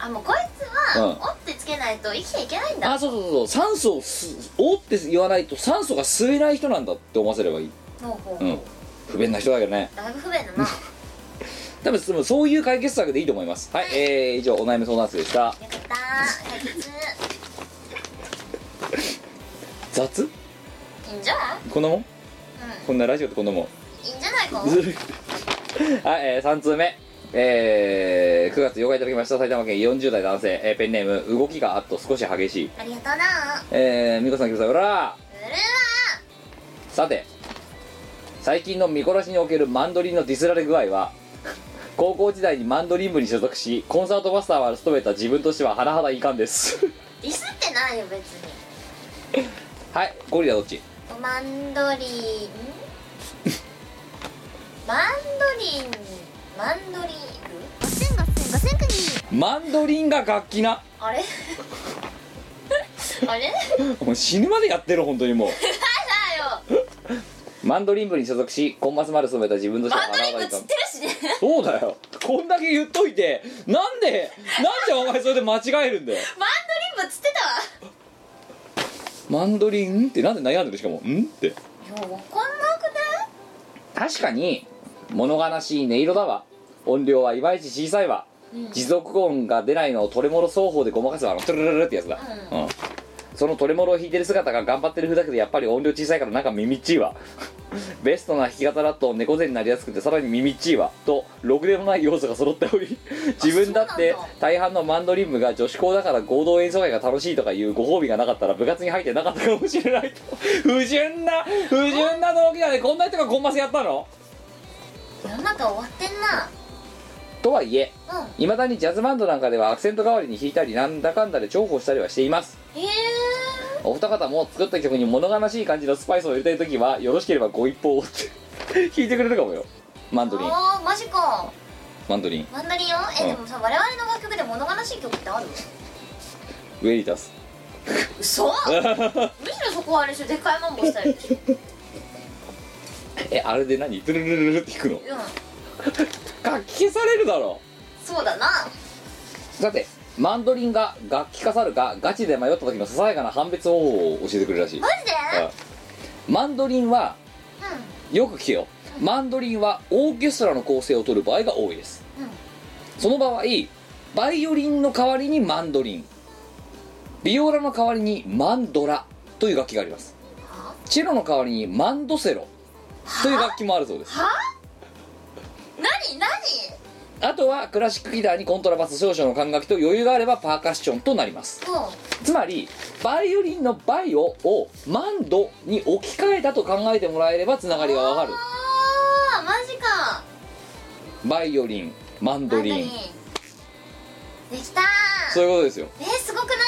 おあもうこいつうはん「お」ってつけないと生きていけないんだあそうそうそうそう酸素を吸「お」って言わないと酸素が吸えない人なんだって思わせればいいもうこうん不便な人だけどねうだいぶ不便だなよ多分そうそういう解決策でいいと思いますはい、えー、以上お悩み相談室でしたかった解決雑いいんじゃないこんなもんこんなラジオってこんな もんいいんじゃないかはい、えー、3通目えー、9月8日いただきました埼玉県40代男性、えーペンネーム動きがあっと少し激しいありがとうなえー、美子さんきむさんうらーうるわさて最近の見殺しにおけるマンドリンのディスられ具合は 高校時代にマンドリン部に所属しコンサートバスターは務めた自分としては甚だ遺憾です ディスってないよ別にはいゴリラどっちマンドリ ンマンドリンマンドリンガセンガセンガセンクニーマンドリンが楽器なあれ あれもう死ぬまでやってる本当にもだようマンドリン部に所属しコンマスまで務めた自分としてはマンドリ甚ンだぶ遺つっ憾てるしね そうだよこんだけ言っといてなんでなんでお前それで間違えるんだよマンドリンぶつってたマンドリンってなんで悩んでるしかもんってわいやわかんなくね確かに物悲しい音色だわ音量はいまいち小さいわ、持続音が出ないのを取れもろ奏法でごまかすわあのトゥルルルルってやつだ、うんそのトレモロを弾いてる姿が頑張ってる風だけどやっぱり音量小さいからなんか耳っちいわ ベストな弾き方だと猫背になりやすくてさらに耳っちいわとろくでもない要素が揃っており自分だって大半のマンドリームが女子校だから合同演奏会が楽しいとかいうご褒美がなかったら部活に入ってなかったかもしれないと 不純な不純な動機だねこんな人がコンマスやったの世の中終わってんなとはいえうんいまだにジャズバンドなんかではアクセント代わりに弾いたりなんだかんだで重宝したりはしていますへえお二方も作った曲に物悲しい感じのスパイスを入れたい時はよろしければご一報をって弾いてくれるかもよマンドリンあーマジかマンドリンマンダリンよえ、うんでもさ我々の楽曲で物悲しい曲ってあるウェリタス 嘘むしろそこはあれでしょでっかいマンボスタイルでしょえあれで何トゥルルルルルって弾くのうん楽器消されるだろそうだなだってマンドリンが楽器化さるかガチで迷った時のささやかな判別方法を教えてくれるらしいマジでうんマンドリンはよく聞けよマンドリンはオーケストラの構成を取る場合が多いです、うんその場合バイオリンの代わりにマンドリンビオラの代わりにマンドラという楽器がありますチェロの代わりにマンドセロという楽器もあるそうです何何あとはクラシックギターにコントラバス少々の管楽器と余裕があればパーカッションとなりますうんつまりバイオリンのバイオをマンドに置き換えたと考えてもらえればつながりがわかるあーマジかバイオリンマンドマンダリリンンできたそういうことですよえー、すごくない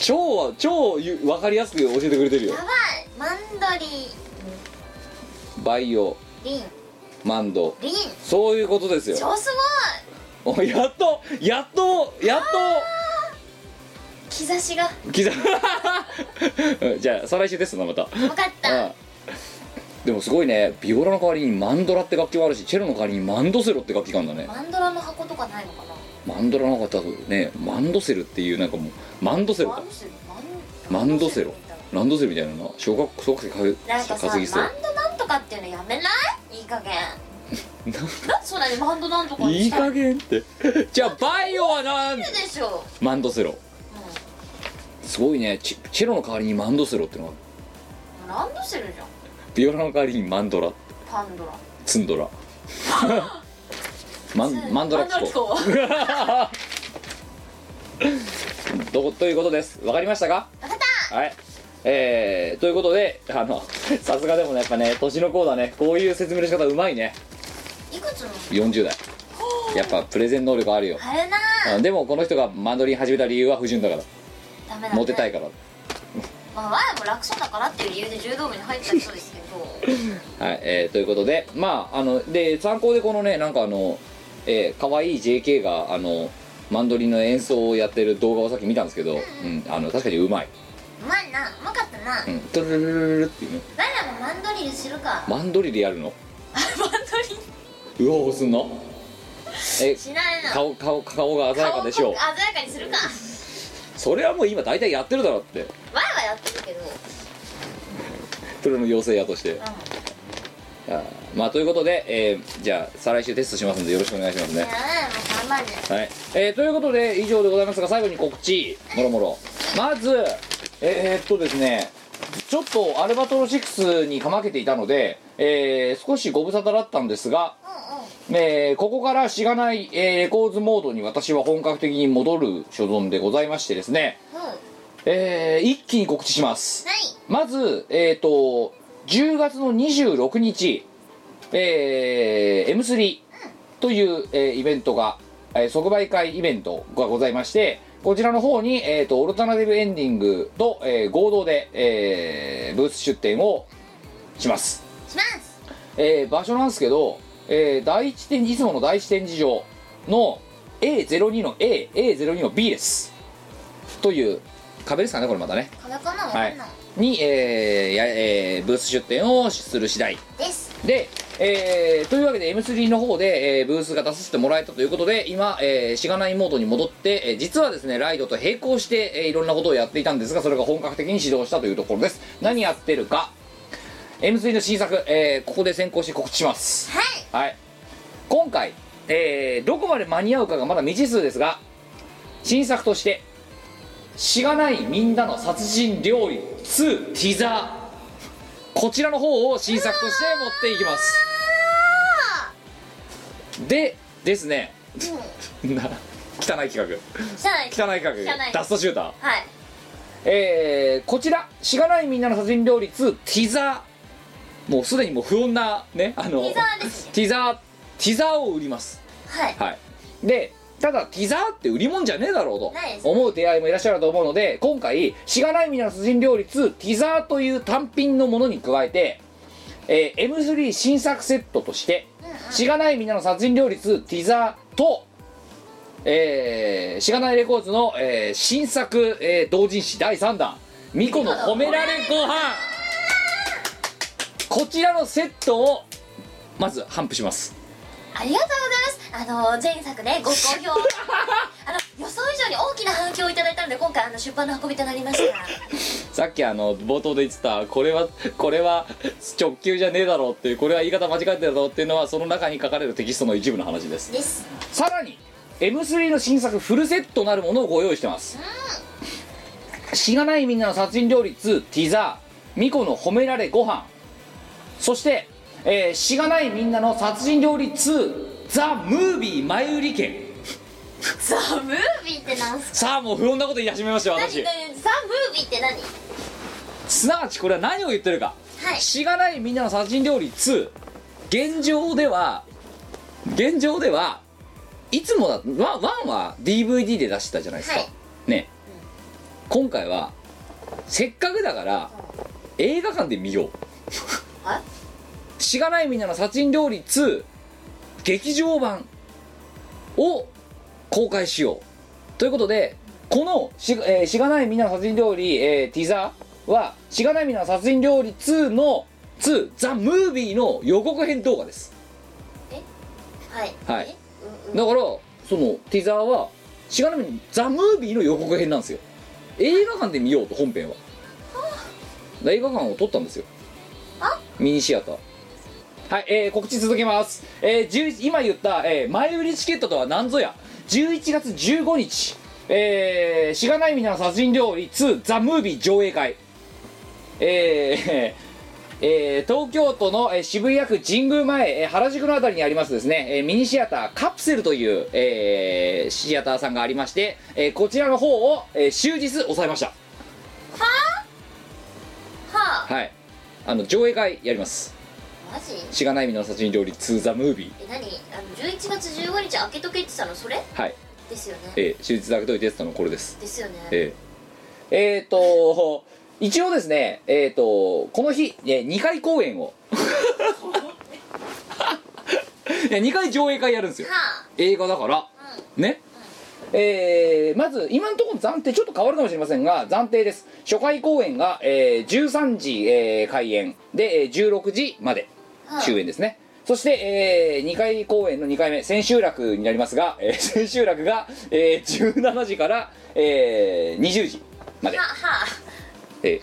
超超ゆ分かりやすく教えてくれてるよやばいマンドリバイオリンマンドリンそういうことですよ超すおやっとやっとやっごい兆しがと刻む じゃあ再来週ですなまた分かったうんでもすごいねビオラの代わりにマンドラって楽器もあるしチェロの代わりにマンドセロって楽器があるんだねマンドラの箱とかないのかなマンドラの方が多分ねマンドセルっていうなんかもうマンドセロマだンドセルマンドセロランドセルみたいなのな小学小学生かなんかさ担ぎそうマンドなんとかっていうのやめないいい加 減なんでそんなにマンドなんとかにいいした加減ってじゃあバイオはなんいでしょマンドセロ、すごいねチチェロの代わりにマンドセロってのはランドセルじゃんビオラの代わりにマンドラパンドラツンド ラマンマンドラマン機ド構ラ聞こうどこということですわかりましたか分かったはいえー、ということであの さすがでもねやっぱね年の子だねこういう説明の仕方うまいねいくつの40代やっぱプレゼン能力あるよあれなあでもこの人がマンドリン始めた理由は不純だからダメだねモテたいからまあワイも楽勝だからっていう理由で柔道部に入ったそうですけど はい、えーということで、まあ、あの、で、参考でこのね、なんかあの、えー、可愛い JK が、あの、マンドリンの演奏をやってる動画をさっき見たんですけど、うん、あの、確かにうまい。うまいなうまかったなうん、トゥルルルルルっていうね。ワイらもマンドリルするかマンドリルやるの。マンドリうお押すんのえル、しないな顔、顔、顔が鮮やかでしょう顔を。濃く鮮やかにするかそれはもう今大体やってるだろうって。ワイはやってるけどプロの養成屋として。あーまあ、ということで、えーじゃあ、再来週テストしますんでよろしくお願いしますねいや。ワイも頑張るはい、えーということで以上でございますが最後に告知もろもろまずえーっとですねちょっとアルバトロ6にかまけていたので、えー少しご無沙汰だったんですが、えーここからしがない、えーレコーズモードに私は本格的に戻る所存でございましてですね、えー一気に告知します、まずえーっと10月の26日、えー M3 という、えーイベントが、えー即売会イベントがございましてこちらの方に、えー、とオルタナティブエンディングと、えー合同で、えーブース出展をしますしますえー場所なんですけど、えー第一展示いつもの第一展示場の A02 の AA02 の B ですという壁ですかねこれまたね壁かなわはかいんないに、えーやえーブース出展をする次第ですで、えーというわけで M3 の方で、えーブースが出させてもらえたということで今、えーしがないモードに戻って、えー実はですねライドと並行して、えーいろんなことをやっていたんですがそれが本格的に始動したというところです何やってるか M3 の新作、えーここで先行して告知しますはいはい今回、えーどこまで間に合うかがまだ未知数ですが新作として「しがないみんなの殺人料理2ティザー」こちらの方を新作として持っていきますでですね、 な汚い企画さあ汚い企汚画いダストシューターはいえーこちら「しがないみんなの殺人料理2」ティザーもうすでにもう不穏なねあのティザーですねティザーティザーを売りますはいはいでただティザーって売り物じゃねえだろうとないです思う出会いもいらっしゃると思うので今回「しがないみんなの殺人料理2」ティザーという単品のものに加えて、えー M3 新作セットとして「しがないみんなの殺人料理2」ティザーとえー、しがないレコーズの、えー新作、えー同人誌第3弾「ミコの褒められご飯こちらのセットをまず頒布しますありがとうございますあの前作ねご好評 あの予想以上に大きな反響をいただいたので今回あの出版の運びとなりましたさっきあの冒頭で言ってたこれはこれは直球じゃねえだろうっていうこれは言い方間違ってるだろうっていうのはその中に書かれるテキストの一部の話ですですさらに M3 の新作フルセットなるものをご用意してます「しがないみんなの殺人料理2」ティザー「ミコの褒められご飯そして、えーしがないみんなの殺人料理2」「ザ・ムービー前売り券ザ・ムービーってなんす」かさあもう不穏なこと言い始めましたよ何私何ザ・ムービーって何すなわちこれは何を言ってるかはいしがないみんなの殺人料理2現状では現状ではいつもだワンワンは DVD で出してたじゃないですか、はいね、今回はせっかくだから映画館で見よはうしがないみんなの殺人料理2劇場版を公開しようということでこのし,、えーしがないみんなの殺人料理、えーティザーはしがないみんなの殺人料理2の2ザ・ムービーの予告編動画ですはいはいえだからそのティザーはしがないみんなのザ・ムービーの予告編なんですよ映画館で見ようと本編は映画館を撮ったんですよミニシアターはい、えー告知続けます、えー11今言った、えー前売りチケットとは何ぞや11月15日、えーしがないみんなの殺人料理2ザ・ムービー上映会えーえー東京都の、えー渋谷区神宮前、えー原宿のあたりにありますですね、えーミニシアターカプセルという、えーシアターさんがありまして、えーこちらの方を、えー終日抑えましたはあはいあの上映会やりますマジしがないみんなの殺人料理2ザ・ムービーえ何あの11月15日開けとけって言ってたのそれはいですよねえー、手術だけといてってたのこれですですよねえー、えー、と一応ですねえっ、ー、とこの日、え2回公演をいや2回上映会やるんですよは映画だから、ね、えーまず今のところ暫定ちょっと変わるかもしれませんが暫定です初回公演が、えー13時、えー開演で、えー16時まで終演ですね、そして、え2回公演の2回目千秋楽になりますが、えー千秋楽が、えー17時から、えー20時まであ、はえ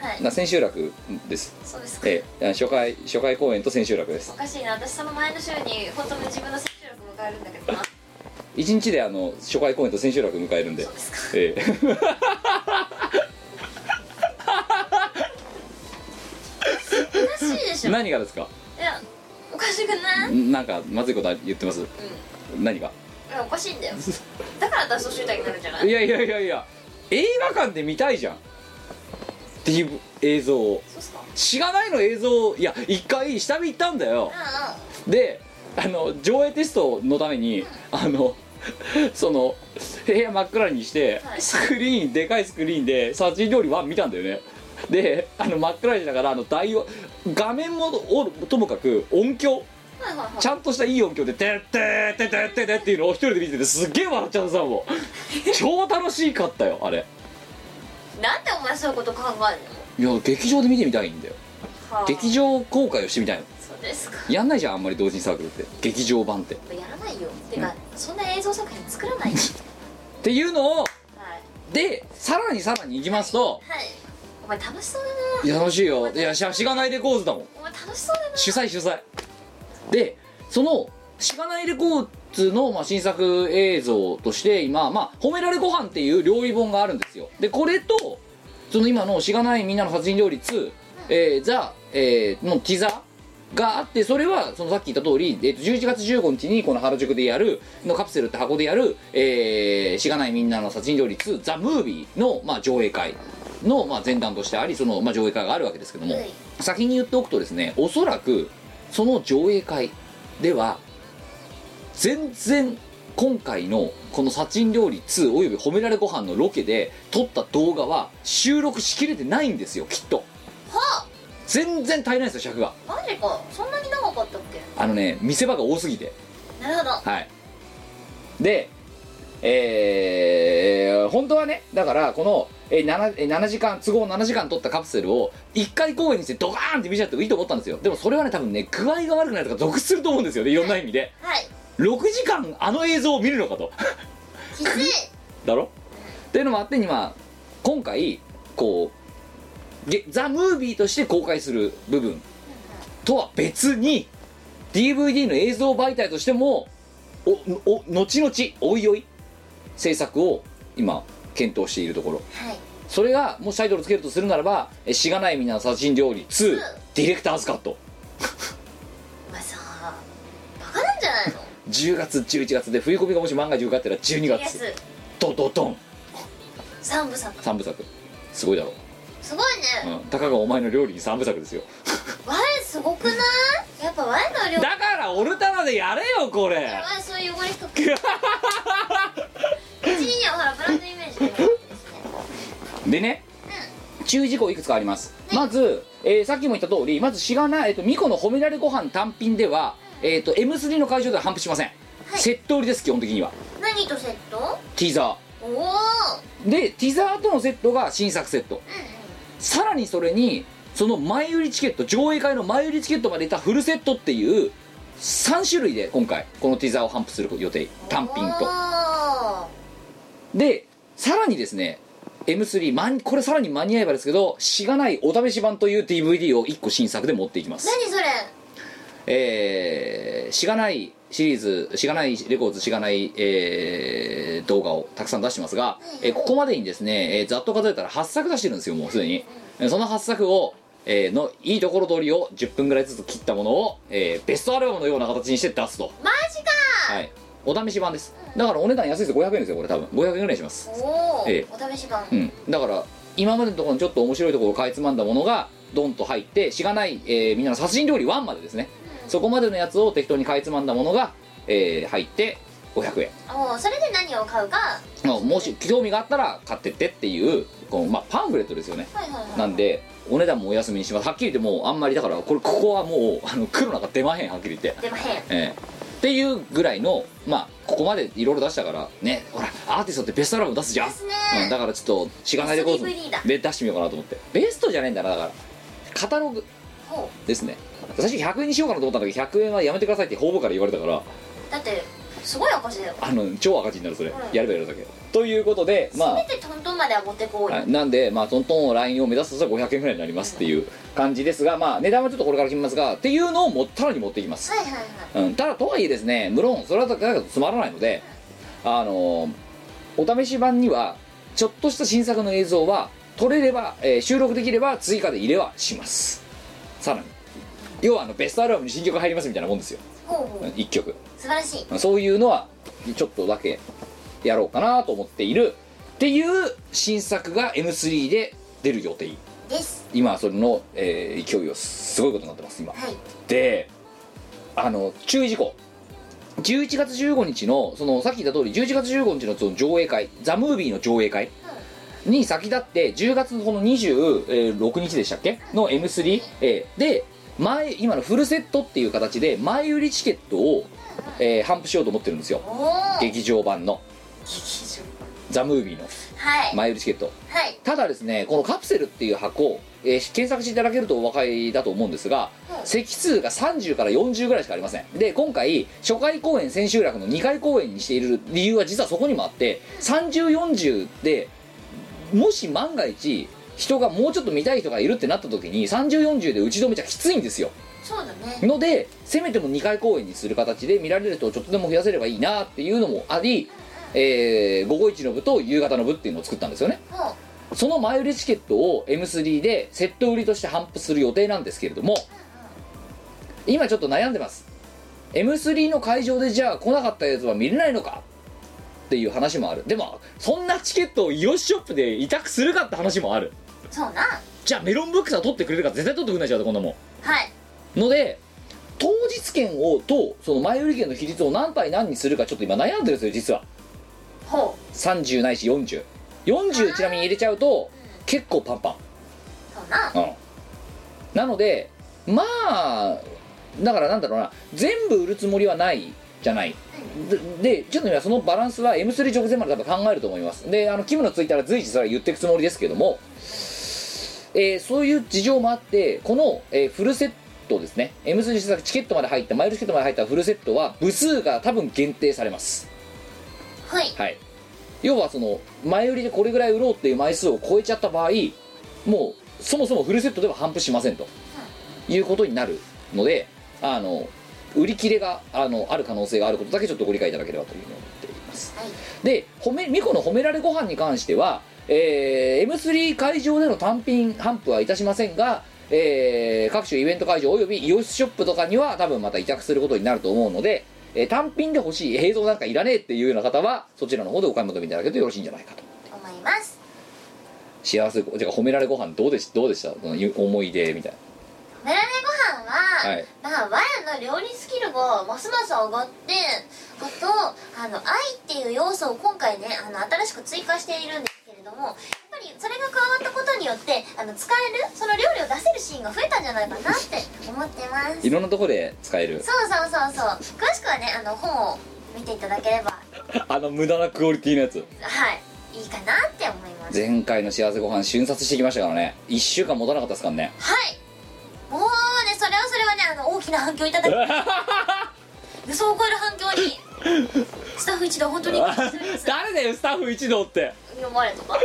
あはいーな千秋楽です、そうですかえー初回初回公演と千秋楽ですおかしいな私その前の週に本当に自分の接種力迎えるんだけどな1日であの初回公演と千秋楽迎えるんでそうですかええおかしいでしょい何がですかやおかしくないんなんかまずいこと言ってます何がいやおかしいんだよだから私と集団になるんじゃないいやいやいやいや映画館で見たいじゃん DV 映像をそうっすかしがないの映像をいや一回下見行ったんだようであの上映テストのためにあのその部屋真っ暗にしてはいスクリーンでかいスクリーンで殺人料理1見たんだよねであの真っ暗にしながらあの大音画面もおともかく音ん響うんはいはいはいちゃんとしたいい音響で「てってってってって」っていうのを一人で見ててすっげえ笑っちゃってさもう超楽しかったよあれなんでお前そういうこと考えるのいや劇場で見てみたいんだよはあ劇場公開をしてみたいのそうですかやんないじゃんあんまり同時にサークルって劇場版ってっやらないよてか、そんな映像作品作らないよていうのをはいでさらにさらに行きますとはいお前楽しそうだないや楽しいよいやしゃしがないレコーズだもんお前楽しそうだな主催主催でそのしがないレコーツの、まあ、新作映像として今、まあ、褒められご飯っていう料理本があるんですよでこれとその今のしがないみんなの殺人料理2、えーザ、えーのティザーがあってそれはそのさっき言った通り、えーと11月15日にこの原宿でやるのカプセルって箱でやる、えーしがないみんなの殺人料理2ザ・ムービーの、まあ、上映会の、まあ、前段としてありその、まあ、上映会があるわけですけども、はい先に言っておくとですねおそらくその上映会では全然今回のこの「殺人料理2」および「褒められご飯のロケで撮った動画は収録しきれてないんですよきっとは全然足りないですよ尺があマジかそんなに長かったっけあのね見せ場が多すぎてなるほどはいでえー本当はねだからこのえー 7, えー7時間都合7時間取ったカプセルを1回公演にしてドカーンって見ちゃってもいいと思ったんですよでもそれはね多分ね具合が悪くなるとか続すると思うんですよねいろんな意味ではい6時間あの映像を見るのかときついだろっていうのもあって今今回こうげザ・ムービーとして公開する部分とは別に DVD の映像媒体としてもおお後々おいおい制作を今検討しているところはいそれがもしタイトルつけるとするならば「えしがないみんなの殺人料理2」ディレクターズカットまあさバカなんじゃないの10月11月で冬コミがもし万が一受かったら12イエ月スドドドン三部作3部作すごいだろすごいね、うん、たかがお前の料理に3部作ですよわえすごくないやっぱわえの量だからオルタナでやれよこれわえそういう汚れとか うちにはほらブランドイメージがあるんですねでね注意事項いくつかあります、まず、えーさっきも言った通りまずしがない、えっとミコの褒められご飯単品では、えっと M3 の会場では反布しません、セット売りです基本的には何とセットティザおおーでティザーとのセットが新作セット、さらにそれにその前売りチケット上映会の前売りチケットまでいたフルセットっていう3種類で今回このティザーを反布する予定単品ととでさらにですね M3 まんこれさらに間に合えばですけど「しがないお試し版」という DVD を1個新作で持っていきます何それえー、しがないシリーズしがないレコーズしがない、えー動画をたくさん出してますが、えーここまでにですね、えーざっと数えたら8作出してるんですよもうすでにえーその8作を、えーのいいところ取りを10分ぐらいずつ切ったものを、えーベストアルバムのような形にして出すとマジかはいお試し版ですだからお値段安いです500円ですよこれ多分500円ぐらいしますおお、ええお試し版、うん、だから今までのところにちょっと面白いところをかいつまんだものがドンと入ってしがない、えーみんなの殺人料理1までですね、そこまでのやつを適当にかいつまんだものが、えー入って500円おおそれで何を買うかはまあもし興味があったら買ってってっていうこの、まあ、パンフレットですよねいはいはいなんでお値段もお休みにしますはっきり言ってもうあんまりだからこれここはもうあの黒なんか出まへんはっきり言って出まへんええっていうぐらいのまあここまでいろいろ出したからねほらアーティストってベストアルバム出すじゃん、ですねうんだからちょっとしがないレコーベスト DVD だドで出してみようかなと思ってベストじゃねえんだなだからカタログほですね最初100円にしようかなと思ったんだけど100円はやめてくださいって方々から言われたからうだってすごい赤字だよあの超赤字になるそれ、んやればやるだけということでまあ全てトントンまでは持ってこうよ、はいなんで、まあ、トントンをラインを目指すとしたら500円ぐらいになりますっていう感じですが、まあ、値段はちょっとこれから決めますがっていうのをもさらに持っていきます、はいはいはういん、ただとはいえですね無論それはだけだとつまらないのであのーお試し版にはちょっとした新作の映像は撮れれば、えー収録できれば追加で入れはしますさらに要はあのベストアルバムに新曲入りますみたいなもんですよほうほう1曲素晴らしいそういうのはちょっとだけやろうかなと思っているっていう新作が M3 で出る予定です今それの、えー勢いをすごいことになってます今はいであの注意事項11月15日のそのさっき言った通り11月15日のその上映会ザ・ムービーの上映会に先立って10月のこの26日でしたっけの M3、えーで前今のフルセットっていう形で前売りチケットを、えー、頒布しようと思ってるんですよおお劇劇場版の場ザ・ムービーのはい前売りチケットはいただですねこのカプセルっていう箱、えー検索していただけるとお分かりだと思うんですが、うん席数が30から40ぐらいしかありませんで今回初回公演千秋楽の2回公演にしている理由は実はそこにもあって3040でもし万が一人がもうちょっと見たい人がいるってなった時に3040で打ち止めちゃきついんですよそうだねのでせめても2回公演にする形で見られる人をちょっとでも増やせればいいなっていうのもあり、えー午後1の部と夕方の部っていうのを作ったんですよねもその前売りチケットを M3 でセット売りとして販布する予定なんですけれども今ちょっと悩んでます M3 の会場でじゃあ来なかったやつは見れないのかっていう話もあるでもそんなチケットをイオシショップで委託するかって話もあるうそうなじゃあメロンブックスは取ってくれるか絶対取ってくれないじゃんこんなもんはいので当日券をとその前売り券の比率を何対何にするかちょっと今悩んでるんですよ実はほ30ないし4040ちなみに入れちゃうと結構パンパうそうなン、うん、なのでまあだからなんだろうな全部売るつもりはないじゃないででちょっと今そのバランスは M3 直前まで多分考えると思いますであのキムのツイッターで随時それは言っていくつもりですけども、えーそういう事情もあってこの、えーフルセットですね M3 制作チケットまで入ったマイルチケットまで入ったフルセットは部数が多分限定されますはいはい、要はその前売りでこれぐらい売ろうっていう枚数を超えちゃった場合もうそもそもフルセットでは頒布しませんと、いうことになるのであの売り切れがあのある可能性があることだけちょっとご理解いただければというふうに思っています、はいで褒めミコの褒められご飯に関しては、えー M3 会場での単品頒布はいたしませんがえー各種イベント会場およびイオシスショップとかには多分また委託することになると思うので、えー単品で欲しい映像なんかいらねえっていうような方はそちらの方でお買い求めいただけるとよろしいんじゃないかと思います幸せごてか褒められご飯どうでしどうでしたそのゆ思い出みたいメラネご飯は、はいまあわやの料理スキルがますます上がってあとあの愛っていう要素を今回ねあの新しく追加しているんですけれどもやっぱりそれが加わったことによってあの使えるその料理を出せるシーンが増えたんじゃないかなって思ってますないろんなとこで使えるそうそうそうそう詳しくはねあの本を見ていただければあの無駄なクオリティのやつはいいいかなって思います前回の幸せご飯瞬殺してきましたからね1週間持たなかったですからねはいもうねそれはそれはねあの大きな反響いただき予想を超える反響にスタッフ一同本当に感謝しておりま す誰だよスタッフ一同って読まれとか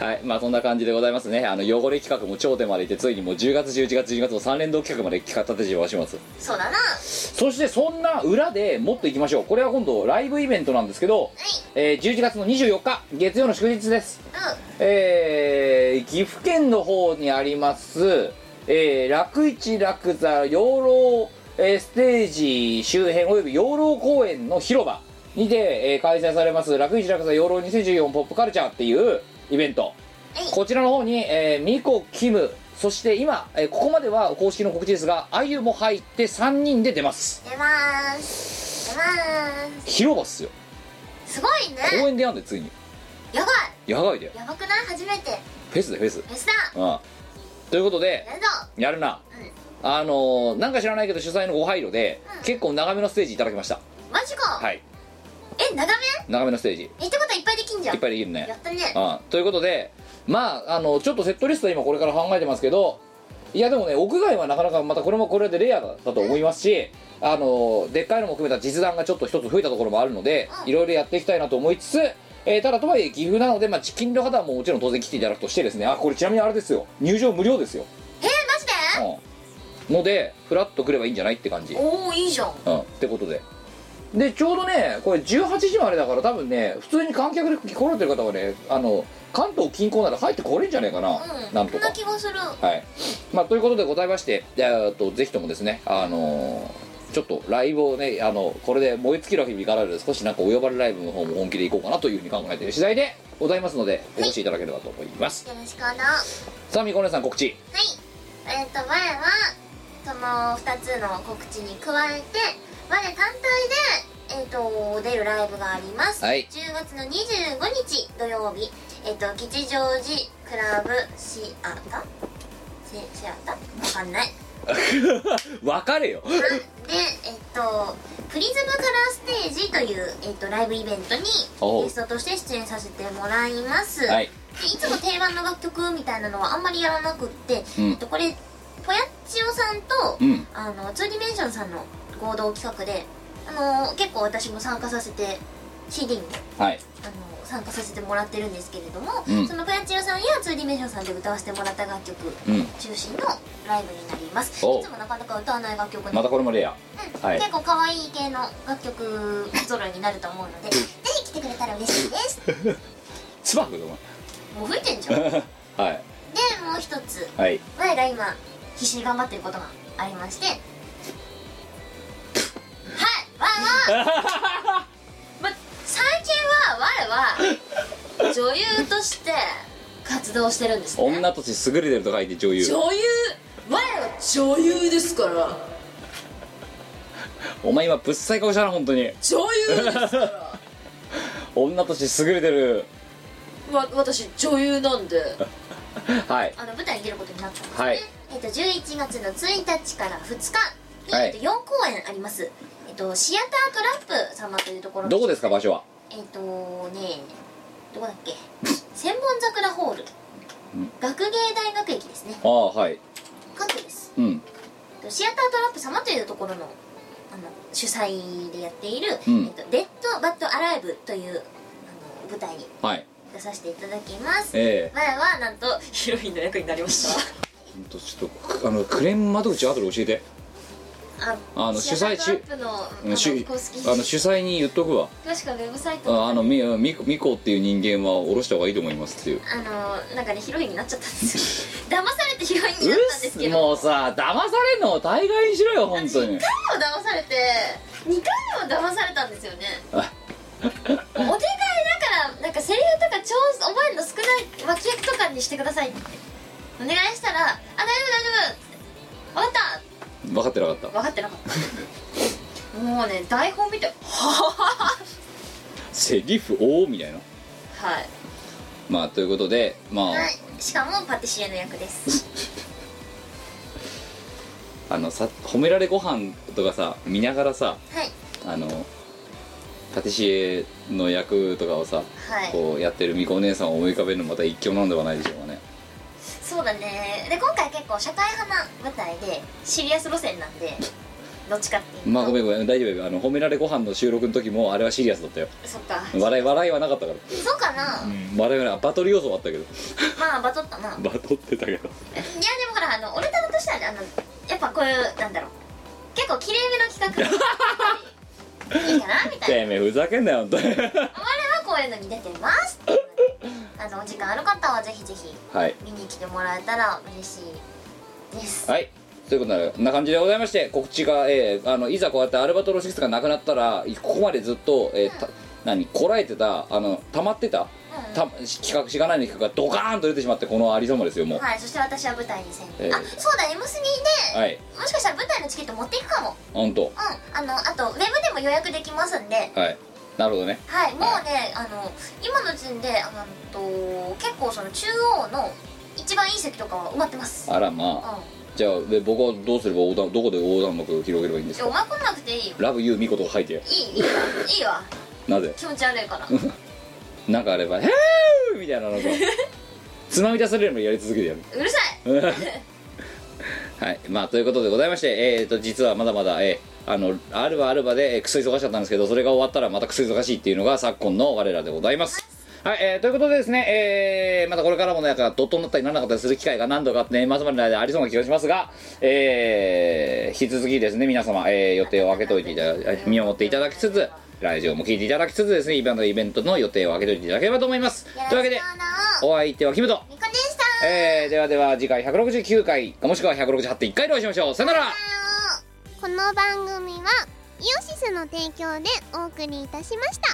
はいまあそんな感じでございますねあの汚れ企画も頂点までいてついにもう10月11月12月の3連動企画まで企画立ててはしますそうだなそしてそんな裏でもっといきましょうこれは今度ライブイベントなんですけど、えー11月の24日月曜の祝日ですうえー岐阜県の方にあります、えー、楽市楽座養老、えーステージ周辺および養老公園の広場にて、えー開催されます楽市楽座養老2014ポップカルチャーっていうイベントいこちらの方に、えーミコキムそして今、えーここまでは公式の告知ですがあゆも入って3人で出ますん出まーす出まー広場っすよすすご公いね園でやんでついにやば野外でいやばくない初めてフェスでフェスフェスだうんということで、やるぞやるな、あのーなんか知らないけど主催のご配慮で、結構長めのステージいただきましたマジか、はいえ長め長めのステージい言ったこといっぱいできんじゃんっぱいできるやねったねうんということでまああのちょっとセットリスト今これから考えてますけどいやでもね屋外はなかなかまたこれもこれでレアだと思いますしあのーでっかいのも含めた実弾がちょっと一つ増えたところもあるのでいろいろやっていきたいなと思いつつえーただとはいえ岐阜なので、まあ、チキンの方はもうもちろん当然来ていただくとしてですねあこれちなみにあれですよ入場無料ですよ、えー、マジでうん、のでフラッと来ればいいんじゃないって感じおおいいじゃんうんうん、ってことででちょうどねこれ18時までだから多分ね普通に観客で来られてる方はねあの関東近郊なら入ってこれんじゃねえかな、なんとそんなか気がするはいまあということでございましてえーっとぜひともですねあのーちょっとライブをねあのこれで燃え尽きる日々から少しなんかお呼ばれライブの方も本気でいこうかなというふうに考えている次第でございますのでお越しいただければと思います、よろしくなさあみこねさん告知はいえっ、と我はその2つの告知に加えて我単体で、えー、と出るライブがあります、はい10月の25日土曜日、えっと吉祥寺クラブシアターシシアターわか んない分かれよでえっとプリズムカラーステージという、えっと、ライブイベントにおうゲストとして出演させてもらいます、はいでいつも定番の楽曲みたいなのはあんまりやらなくって、うんえっと、これぽやっちおさんうと、んあの2ディメンションさんの合同企画であの結構私も参加させて CD にはいあの参加させてもらってるんですけれども、うんそのパンチロさんや 2D メンションさんで歌わせてもらった楽曲うん中心のライブになります、おういつもなかなか歌わない楽曲なんまでたこれもレアうんはい結構可愛い系の楽曲揃いになると思うのでぜひ来てくれたら嬉しいですスパークだもう吹いてんじ ゃんでお前はいもう一つはい我が今必死に頑張ってることがありましてはい 我はま最近は我は女優として活動してるんですね女として優れてると書いて女優女優我は女優ですからお前今ぶっさい顔したな本当に女優 ですから女として優れてるわ私女優なんではいあの舞台に出ることになったんですね、はいえっと11月の1日から2日に、はいえっと4公演ありますえっとシアタートラップ様というところどこですか場所はえっ、とねどこだっけ 千本桜ホール学芸大学駅ですねああはい関東ですうんえっとシアタートラップ様というところのあの主催でやっている「うんえっと、デッド・バッド・アライブ」というあの舞台にはい出させていただきますええ前はなんとヒロインの役になりましたほんとちょっとくあのクレーム窓口後で教えてあ あのシアタ主ー催トラップのあうんの公し式あの主催に言っとくわ詳しくはウェブサイトあああのみみみこっていう人間は下ろした方がいいと思いますっていうあのなんかねヒロインになっちゃったんですよ騙されてヒロインになったんですけどもうさ騙されんのを大概にしろよ本当に2回も騙されて2回も騙されたんですよねあお願いだからなんかセリフとか超覚えるの少ない脇役とかにしてくださいってお願いしたら「あ大丈夫大丈夫分かっ分かってなかったた分かってな かった」もうね台本見て「はセリフおーみたいなぁはいまあということでまあ、はいしかもパティシエの役ですあのさ褒められご飯とかさ見ながらさはいあのパティシエの役とかをさ、はいこうやってるみこお姉さんを思い浮かべるのまた一興なんではないでしょうかねそうだねで今回結構社会派な舞台でシリアス路線な んでどっちかっていうとまあごめんごめん大丈夫よあの褒められご飯の収録の時もあれはシリアスだったよそっか笑い笑いはなかったからそうかな、笑いはなバトル要素はあったけどまあバトったな バトってたけどいやでもほらあの俺たちとしてはねあのやっぱこういうなんだろう結構きれいめの企 画いいかなみたいなてめえふざけんなよ本当に我はこういうのに出てますあのお時間ある方はぜひぜひはい見に来てもらえたら嬉しいですはいということでこんな感じでございまして告知が、えーあのいざこうやってアルバトロシックスがなくなったらここまでずっと、えーた何こらえてたあの溜まってたうんうんた企画しがないの企画がドカーンと出てしまってこのありさまですよもうはいそして私は舞台に潜入、えーあそうだ「M スニで、はいもしかしたら舞台のチケット持っていくかもほんとうんあのあとウェブでも予約できますんではいなるほどねはいもうねあの今の時点であのと結構その中央の一番いい席とかは埋まってますあらまあうじゃあで僕はどうすれば横断どこで横断幕を広げればいいんですんおか前来なくていいよラブユーミコとか書いていいいいわいいわなぜ気持ち悪いからなんかあれば「へー!」みたい なのがつまみ出されるのやり続けてやるうるさいはいまあということでございましてえー、と実はまだまだえーあのあるはあるばで、えー、クソ忙しかったんですけどそれが終わったらまたクソ忙しいっていうのが昨今の我らでございますはい、えー、ということでですね、えー、またこれからもなんかドットになったりならなかったりする機会が何度かあって年末までの間ありそうな気がしますが、えー、引き続きですね皆様、えー予定を空けといていただえー見守っていただきつつラジオも聞いていただきつつですねイベントイベントの予定を空けといていただければと思いますというわけでお相手はキムとみこでしたえー、ではでは次回169回かもしくは168.1回でお会いしましょうさよならこの番組はイオシスの提供でお送りいたしました